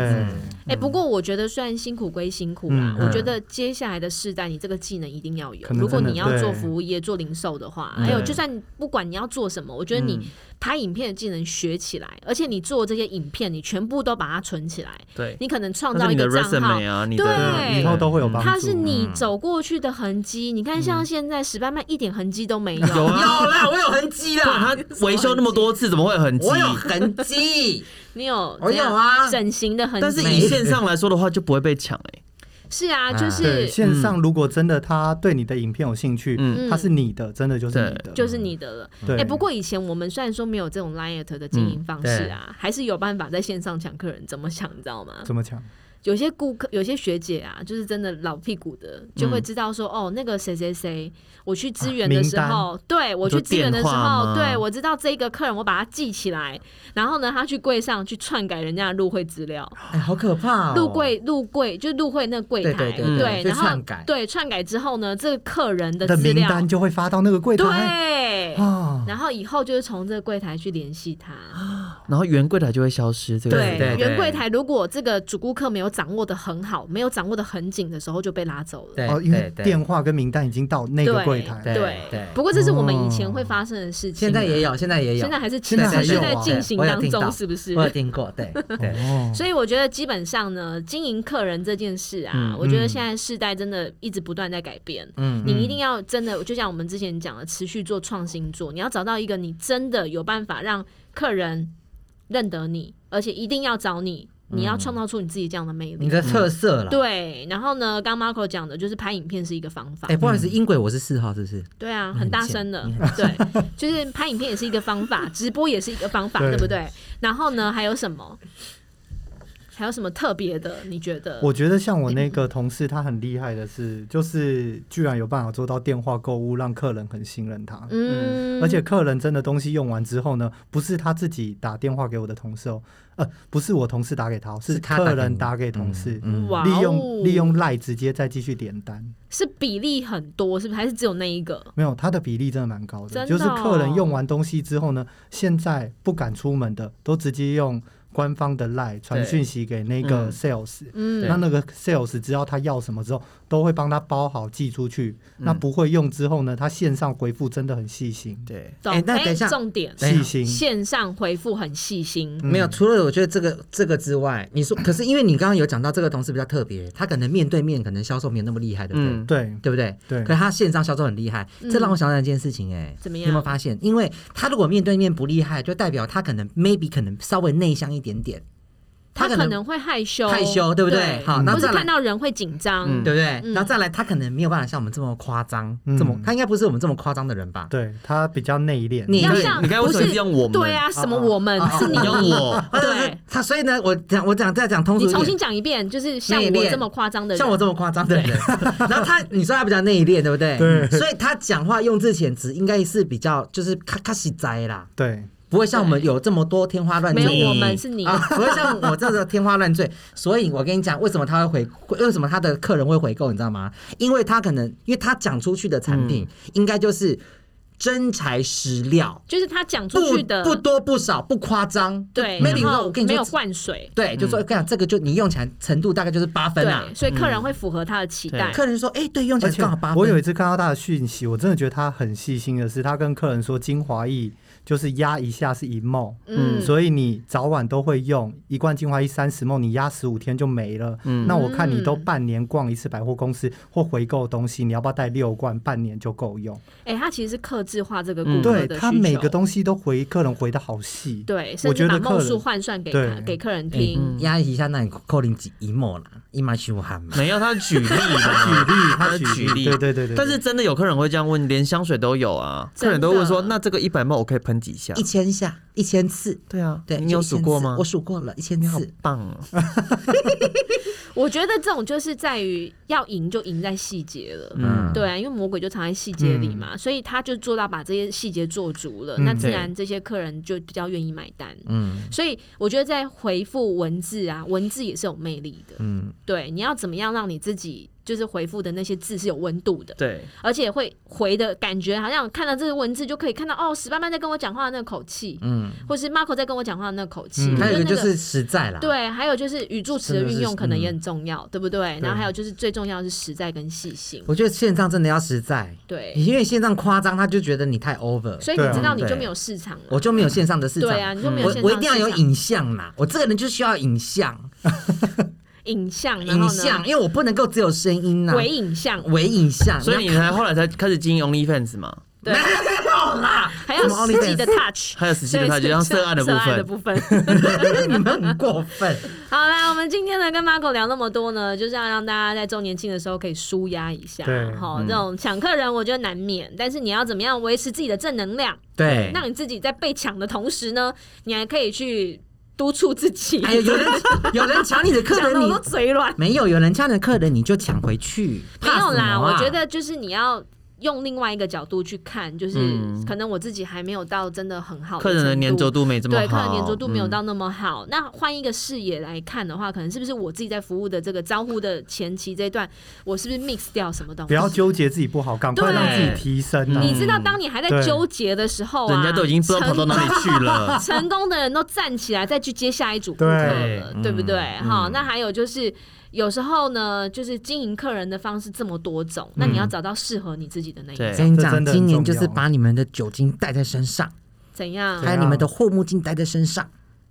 Speaker 4: 对，
Speaker 3: 哎、不过我觉得虽然辛苦归辛苦啦，
Speaker 4: 嗯
Speaker 3: 我觉得接下来的世代，你这个技能一定要有
Speaker 4: 可。能
Speaker 3: 如果
Speaker 4: 真的
Speaker 3: 你要做
Speaker 4: 对
Speaker 3: 服务业、做零售的话，还有就算不管你要做什么，我觉得你拍影片的技能学起来，而且你做这些影片，你全部都把它存起来，
Speaker 5: 对，
Speaker 3: 你可能创
Speaker 5: 那
Speaker 3: 造
Speaker 5: 是
Speaker 3: 一
Speaker 5: 你的
Speaker 3: 个账号
Speaker 5: resume 啊，你
Speaker 3: 对
Speaker 5: 的
Speaker 4: 以后都会有帮助。嗯
Speaker 3: 它是
Speaker 5: 嗯
Speaker 3: 你走过去的痕迹。你看，像现在史班班一点痕迹都没有。
Speaker 5: 有
Speaker 2: 有
Speaker 5: 啊，
Speaker 2: 啦，我有痕 迹
Speaker 5: 不然
Speaker 2: 啦，
Speaker 5: 他维修那么多次，怎么会有痕迹
Speaker 2: 我？有痕 迹。
Speaker 3: 你有
Speaker 2: 我
Speaker 3: 怎样
Speaker 2: 有啊
Speaker 3: 整形的痕
Speaker 5: 哦但是
Speaker 3: 迹。
Speaker 5: 以哎线上来说的话，就不会被抢哎。
Speaker 3: 是啊，
Speaker 2: 啊
Speaker 3: 就是
Speaker 4: 对线上，如果真的他对你的影片有兴趣，
Speaker 5: 嗯
Speaker 4: 他是你的，真的就是你的，
Speaker 3: 嗯就是你的了。
Speaker 4: 对。
Speaker 3: 哎、不过以前我们虽然说没有这种 liet 的
Speaker 5: 嗯
Speaker 3: 经营方式啊，还是有办法在线上抢客人。怎么抢，你知道吗？
Speaker 4: 怎么讲？
Speaker 3: 有些顾客，有些学姐啊，就是真的老屁股的，就
Speaker 5: 嗯
Speaker 3: 会知道说，哦，那个谁谁谁，我去支援的时候，对我去支援的时
Speaker 5: 啊你说电话
Speaker 3: 候，
Speaker 5: 吗
Speaker 3: 对我知道这个客人，我把他记起来，然后呢，他去柜上去篡改人家的入会资料。
Speaker 2: 哎，好可怕、哦！
Speaker 3: 入柜入柜就入会那个柜台，
Speaker 2: 对对
Speaker 5: 对
Speaker 2: 对就
Speaker 3: 然后
Speaker 2: 篡改
Speaker 3: 对篡改之后呢，这个客人的
Speaker 4: 的
Speaker 3: 资
Speaker 4: 名
Speaker 3: 料
Speaker 4: 单就会发到那个柜台
Speaker 3: 对，
Speaker 4: 啊。
Speaker 3: 然后以后就是从这个柜台去联系他。
Speaker 5: 然后原柜台就会消失，这个
Speaker 3: 对，
Speaker 2: 对
Speaker 3: 原柜台如果这个主顾客没有掌握的很好，没有掌握的很紧的时候，就被拉走了。
Speaker 2: 对
Speaker 4: 哦，因为
Speaker 2: 对对
Speaker 4: 电话跟名单已经到那个
Speaker 3: 对
Speaker 4: 柜台，
Speaker 2: 对嗯
Speaker 3: 对，不过这是我们以前会发生的事情，啊
Speaker 2: 现在也，有，现在也有，
Speaker 3: 现在还是
Speaker 4: 现在还
Speaker 3: 持续
Speaker 4: 有啊
Speaker 3: 在进行
Speaker 2: 对我有
Speaker 3: 当
Speaker 2: 听
Speaker 3: 中，
Speaker 2: 到
Speaker 3: 是不是
Speaker 2: 我？有听过， 对对。
Speaker 4: 哦，
Speaker 3: 所以我觉得基本上呢，经营客人这件事啊，
Speaker 5: 嗯
Speaker 3: 我觉得现在世代真的一直不断在改变。
Speaker 2: 嗯
Speaker 3: 你一定要真的，就像我们之前讲的，持续做创新做，你要找到一个你真的有办法让客人认得你，而且一定要找你，你要创造出嗯你自己这样的魅力。
Speaker 2: 你的特色了。
Speaker 3: 对，啊然后呢，刚 Marco 讲的就是拍影片是一个方法
Speaker 2: 哎、，不好
Speaker 4: 嗯
Speaker 2: 意思，音轨我是四号，是不是？
Speaker 3: 对啊，
Speaker 2: 你
Speaker 3: 很
Speaker 2: 很
Speaker 3: 大
Speaker 2: 贱
Speaker 3: 声的
Speaker 2: 你，
Speaker 3: 对，就是拍影片也是一个方法，直播也是一个方法，
Speaker 4: 对
Speaker 3: 对不对？然后呢，还有什么？还有什么特别的？你觉得？
Speaker 4: 我觉得像我那个同事，他很厉害的是，就是居然有办法做到电话购物，让客人很信任他。
Speaker 3: 嗯
Speaker 4: 而且客人真的东西用完之后呢，不是他自己打电话给我的同事哦，呃，不是我同事打给嗯他哦，是
Speaker 2: 是他打给
Speaker 4: 客
Speaker 2: 你
Speaker 4: 人打给同事，
Speaker 2: 嗯
Speaker 3: 哇哦
Speaker 4: 利用利用赖直接再继续点单。
Speaker 3: 是比例很多，是不是？还是只有那一个？
Speaker 4: 没有，他的比例真的蛮高的，
Speaker 3: 真的
Speaker 4: 就
Speaker 3: 哦
Speaker 4: 是客人用完东西之后呢，现在不敢出门的，都直接用官方的 line 传讯息给那
Speaker 5: 嗯
Speaker 4: 个 sales，
Speaker 3: 嗯
Speaker 5: 对
Speaker 4: 那那个 sales 知道他要什么之后，都会帮他包好寄出去。那
Speaker 3: 嗯
Speaker 4: 不会用之后呢，他线上回复真的很细心，
Speaker 2: 对，
Speaker 3: 懂。
Speaker 2: 哎，那等一下，
Speaker 3: 重点，
Speaker 2: 等一
Speaker 4: 细
Speaker 2: 下
Speaker 4: 心。
Speaker 3: 线上回复很细心，
Speaker 2: 没有，除了我觉得这个这个之外， 你说，可是因为你刚刚有讲到这个同事比较特别，他可能面对面可能销售没有那么厉害，对不对？
Speaker 5: 嗯
Speaker 4: 对
Speaker 2: 对不对？
Speaker 4: 对
Speaker 2: 可是他线上销售很厉害，这让我想到一件事情、哎、
Speaker 3: 怎么
Speaker 2: 你
Speaker 3: 样
Speaker 2: 有没有发现？因为他如果面对面不厉害，就代表他可能 maybe 可能稍微内向一点点，
Speaker 3: 他
Speaker 2: 可
Speaker 3: 可
Speaker 2: 能
Speaker 3: 能会害羞，
Speaker 2: 害羞对不对好那
Speaker 3: 或是
Speaker 2: 再来
Speaker 3: 看到人会紧张，
Speaker 5: 嗯
Speaker 2: 对不对？
Speaker 3: 嗯
Speaker 2: 然后再来，他可能没有办法像我们这么夸张，
Speaker 4: 嗯
Speaker 2: 这么他应该不是我们这么夸张的人吧？
Speaker 4: 对，他比较内敛。
Speaker 2: 你
Speaker 3: 要
Speaker 2: 对
Speaker 3: 像
Speaker 5: 你刚才为
Speaker 3: 不
Speaker 5: 什么
Speaker 3: 是
Speaker 5: 一定要我们
Speaker 3: 对啊，什么我们是你
Speaker 5: 你要我，
Speaker 2: 他就是
Speaker 3: 对
Speaker 2: 他，所以呢，我讲我讲再讲通俗
Speaker 3: 你
Speaker 2: 一
Speaker 3: 重
Speaker 2: 点
Speaker 3: 新。讲一遍，就是像
Speaker 2: 内
Speaker 3: 我
Speaker 2: 敛
Speaker 3: 这么夸张的人，
Speaker 2: 像我这么夸张的人， 然后他，你说他比较内敛，对不对？
Speaker 4: 对
Speaker 2: 所以他讲话用字遣词应该是比较就是咔咔西哉啦，
Speaker 4: 对，
Speaker 2: 不会像我们有这么多天花乱
Speaker 3: 没
Speaker 2: 坠。
Speaker 3: 有我们是你，
Speaker 2: 啊，不会像我这个天花乱坠。所以我跟你讲，为什么他会回，为什么他的客人会回购，你知道吗？因为他可能，因为他讲出去的产品、
Speaker 3: 嗯
Speaker 2: 应该就是真材实料，
Speaker 3: 就是他讲出
Speaker 2: 不
Speaker 3: 去的
Speaker 2: 不多不少，不夸张。
Speaker 3: 对，
Speaker 2: maybe
Speaker 3: 然
Speaker 2: 说
Speaker 3: 后
Speaker 2: 我跟你
Speaker 3: 没
Speaker 2: 说
Speaker 3: 有，灌水，
Speaker 2: 对，就说我跟你讲，这个就你用起来程度大概就是八分啊。
Speaker 3: 对，所以客人会符合他的期待
Speaker 5: 对。
Speaker 2: 客人说，哎、对，用起
Speaker 4: 而
Speaker 2: 来
Speaker 4: 且
Speaker 2: 刚好八分。
Speaker 4: 我有一次看到他的讯息，我真的觉得他很细心的是，他跟客人说精华液就是压一下是一梦。
Speaker 3: 嗯，
Speaker 4: 所以你早晚都会用一罐精华液三十梦，你压十五天就没了。
Speaker 3: 嗯
Speaker 4: 那我看你都半年逛一次百货公司或回购东西，你要不要带六罐？半年就够用。
Speaker 3: 哎、他其实是克制化这个顾
Speaker 5: 嗯
Speaker 3: 客
Speaker 4: 对
Speaker 3: 的需求，
Speaker 4: 他每个东西都回客人回的好细。
Speaker 3: 对，甚
Speaker 4: 我
Speaker 3: 至
Speaker 4: 觉
Speaker 3: 把
Speaker 4: 得
Speaker 3: 梦
Speaker 4: 客
Speaker 3: 数
Speaker 4: 人
Speaker 3: 换算给
Speaker 4: 对
Speaker 3: 他给客人听。
Speaker 2: 嗯压一下那你扣零几一毛啦，一毛修汗嘛。
Speaker 5: 没有，他举例嘛，举例
Speaker 4: 他
Speaker 5: 举
Speaker 4: 例，对对对对。
Speaker 5: 但是真的有客人会这样问，连香水都有啊，
Speaker 3: 真的
Speaker 5: 客人都问说，那这个一百毛我可以喷几下
Speaker 2: 一？千下，一千次，
Speaker 5: 对啊，
Speaker 2: 对，
Speaker 5: 你有
Speaker 2: 就一千
Speaker 5: 数过
Speaker 2: 次
Speaker 5: 吗
Speaker 2: 我？数过了，一千
Speaker 5: 你好
Speaker 2: 次。
Speaker 5: 棒哦，
Speaker 3: 我觉得这种就是在于要赢就赢在细节了。
Speaker 5: 嗯，
Speaker 3: 对啊，因为魔鬼就藏在细节里嘛，所以他就做到把这些细节做足了，那自然这些客人就比较愿意买单。
Speaker 2: 嗯
Speaker 3: 所以我觉得在回复文字啊，文字也是有魅力的。
Speaker 2: 嗯，
Speaker 3: 对，你要怎么样让你自己就是回复的那些字是有温度的，
Speaker 5: 对，
Speaker 3: 而且会回的感觉，好像看到这个文字就可以看到哦，史班班在跟我讲话的那个口气，
Speaker 2: 嗯
Speaker 3: 嗯，或是 Marco 在跟我讲话的那个口气，
Speaker 5: 嗯
Speaker 2: 还有一个就
Speaker 3: 那
Speaker 2: 是实在啦。
Speaker 3: 对，还有就是语助词的
Speaker 2: 真的
Speaker 3: 运
Speaker 2: 是嗯
Speaker 3: 用可能也很重要，对不对？然后还有就是最重要的是实在跟细心，
Speaker 2: 我觉得线上真的要实在，
Speaker 3: 对，
Speaker 2: 因为线上夸张，他就觉得你太 over，
Speaker 3: 所以你
Speaker 4: 对啊
Speaker 3: 知道你就
Speaker 5: 对
Speaker 3: 没有市场了，
Speaker 2: 我就没有线上的市场。
Speaker 3: 对啊，你就没有
Speaker 2: 我
Speaker 3: 线
Speaker 2: 我一
Speaker 3: 上
Speaker 2: 定要
Speaker 3: 市
Speaker 2: 有
Speaker 3: 场
Speaker 2: 影像啦，我这个人就需要影像，
Speaker 3: 影像，然
Speaker 2: 影
Speaker 3: 后呢
Speaker 2: 像，因为我不能够只有声音呐，
Speaker 3: 伪影像，
Speaker 2: 唯影像。
Speaker 5: 所以你才后来才开始经营 OnlyFans 嘛？
Speaker 3: 对，还有
Speaker 2: 什么
Speaker 3: 实际的
Speaker 2: OnlyFans？
Speaker 3: touch，
Speaker 5: 还有实际的
Speaker 3: 对
Speaker 5: touch，就像涉案的部分
Speaker 3: 涉案的部分。
Speaker 2: 你们很过分，
Speaker 3: 好啦，我们今天呢跟 Marco 聊那么多呢，就是要让大家在周年庆的时候可以舒压一下。
Speaker 4: 对
Speaker 3: 好，
Speaker 2: 嗯
Speaker 3: 这种抢客人我觉得难免，但是你要怎么样维持自己的正能量，
Speaker 2: 对。
Speaker 3: 让你自己在被抢的同时呢，你还可以去督促 自己。
Speaker 2: 哎呀，有人有人抢你的客
Speaker 3: 讲
Speaker 2: 人，
Speaker 3: 的我
Speaker 2: 你
Speaker 3: 都嘴软。
Speaker 2: 没有有人抢你的客人，你就抢回去。
Speaker 3: 没
Speaker 2: 怕
Speaker 3: 有
Speaker 2: 什么
Speaker 3: 啦，
Speaker 2: 啊
Speaker 3: 我觉得就是你要。用另外一个角度去看，就是
Speaker 5: 嗯
Speaker 3: 可能我自己还没有到真的很好
Speaker 5: 客人的
Speaker 3: 程
Speaker 5: 粘
Speaker 3: 度
Speaker 5: 着度没这么好，
Speaker 3: 哦对，客人粘着度没有
Speaker 5: 嗯
Speaker 3: 到那么好。那换一个视野来看的话，可能是不是我自己在服务的这个招呼的前期这一段，我是不是 mix 掉什么东西？
Speaker 4: 不要纠结自己不好，赶快让自己提升啊！
Speaker 3: 你知道，当你还在
Speaker 4: 对
Speaker 3: 纠结的时候啊，。
Speaker 5: 嗯人家都已经不知道跑到哪里去了
Speaker 3: 成功的人都站起来再去接下一组顾客了，对不对？好，那还有就是。有时候呢，就是经营客人的方式这么多种，那你要找到适合你自己的那一种
Speaker 5: 对，
Speaker 2: 跟你
Speaker 4: 这
Speaker 2: 讲，
Speaker 4: 真的很
Speaker 2: 今年就是
Speaker 4: 重要啊
Speaker 2: 把你们的酒精带在身上，
Speaker 3: 怎样
Speaker 4: 对？啊
Speaker 2: 还有你们的护目镜带在身上，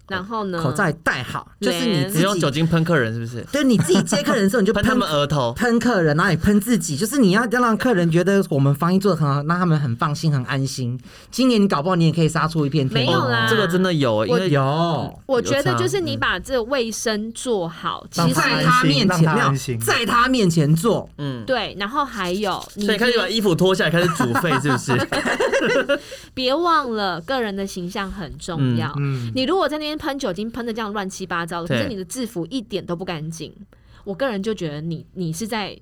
Speaker 3: 然后呢？
Speaker 2: 口罩也戴好，就是你
Speaker 3: 连
Speaker 5: 只
Speaker 2: 自
Speaker 5: 用酒
Speaker 2: 己，
Speaker 5: 精喷客人是不是？
Speaker 2: 对你自己接客人的 时候，你就
Speaker 5: 喷他
Speaker 2: 喷
Speaker 5: 们额头，
Speaker 2: 喷客人，然后也喷自己，就是你要要让客人觉得我们防疫做的很好，让他们很放心、很安心。今年你搞不好你也可以杀出一片天。
Speaker 3: 没有啦
Speaker 5: 哦这个真的有，因
Speaker 3: 我
Speaker 5: 为
Speaker 4: 哦
Speaker 2: 有，
Speaker 3: 我觉得
Speaker 5: 有差
Speaker 3: 就是你把这卫生做好，其
Speaker 4: 让
Speaker 3: 实
Speaker 4: 他
Speaker 2: 在
Speaker 4: 安
Speaker 2: 他
Speaker 4: 心
Speaker 2: 面
Speaker 4: 让
Speaker 2: 前
Speaker 4: 他
Speaker 2: 没
Speaker 4: 安
Speaker 2: 有，
Speaker 4: 心
Speaker 2: 在他面前做，
Speaker 5: 嗯，
Speaker 3: 对，然后还有你
Speaker 5: 所以开始把衣服脱下来开始煮沸，是不是？
Speaker 3: 别忘了个人的形象很重要。
Speaker 4: 嗯，
Speaker 3: 你如果在那边喷酒精喷的这样乱七八糟的，可是
Speaker 5: 对
Speaker 3: 你的制服一点都不干净，我个人就觉得你你是在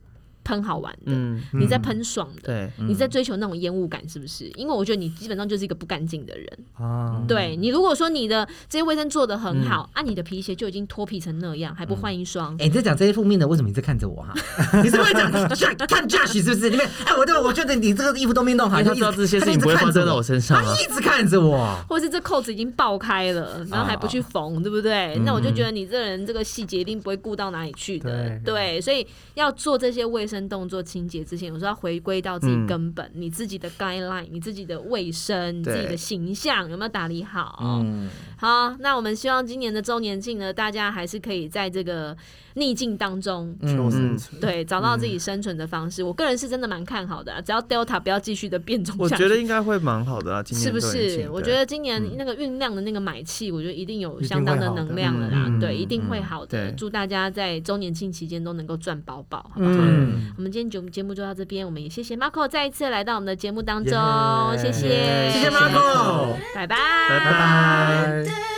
Speaker 3: 喷好玩的，
Speaker 5: 嗯，
Speaker 3: 你在喷爽的，
Speaker 5: 对，
Speaker 3: 你在追求那种烟雾感，是不是？因为我觉得你基本上就是一个不干净的人。
Speaker 4: 啊，
Speaker 3: 对你如果说你的这些卫生做的很好，啊，你的皮鞋就已经脱皮成那样，还不换一双？
Speaker 2: 哎、你在讲这些负面的，为什么你在看着我哈、你是不是讲 Josh- 看 Josh 是不是？你们哎，我对我觉得你这个衣服都没弄好，
Speaker 5: 因为
Speaker 2: 就
Speaker 5: 哎
Speaker 2: 一直
Speaker 5: 他知道这些事
Speaker 2: 他就一
Speaker 5: 情
Speaker 2: 直
Speaker 5: 不会
Speaker 2: 看
Speaker 5: 发
Speaker 2: 着
Speaker 5: 生在我身上啊
Speaker 2: 他。一直看着我。
Speaker 3: 或是这扣子已经爆开了，然后还不去缝，对不对？那我就觉得你这人这个细节一定不会顾到哪里去的，
Speaker 4: 对
Speaker 3: 对，所以要做这些卫生动作清洁之前，有时候要回归到自己根本，你自己的 guideline，你自己的卫生，你自己
Speaker 5: 对
Speaker 3: 的形象有没有打理好？
Speaker 2: 嗯，
Speaker 3: 好，那我们希望今年的周年庆呢，大家还是可以在这个逆境当中。
Speaker 5: 嗯
Speaker 4: 求生存。
Speaker 3: 对，找到自己生存的方式，我个人是真的蛮看好的啊、只要 Delta 不要继续的变种
Speaker 5: 我
Speaker 3: 下去，
Speaker 5: 觉得应该会蛮好的啊，今年
Speaker 3: 是不
Speaker 5: 周年庆
Speaker 3: 是？我
Speaker 5: 对嗯
Speaker 3: 觉得今年那个酝酿的那个买气，我觉得一定有
Speaker 4: 一定
Speaker 3: 相当
Speaker 4: 会
Speaker 3: 的
Speaker 4: 好的
Speaker 3: 能量了啦。
Speaker 5: 嗯
Speaker 3: 对，一定会好的。
Speaker 5: 对
Speaker 3: 祝大家在周年庆期间都能够赚饱饱，好不好？
Speaker 2: 嗯，
Speaker 3: 我们今天节目节目就到这边，我们也谢谢 Marco 再一次来到我们的节目当中
Speaker 4: Yeah，
Speaker 3: 谢谢，
Speaker 2: 谢谢 Marco，
Speaker 3: 拜拜，
Speaker 5: 拜拜。
Speaker 4: 拜。
Speaker 3: 嗯
Speaker 1: Day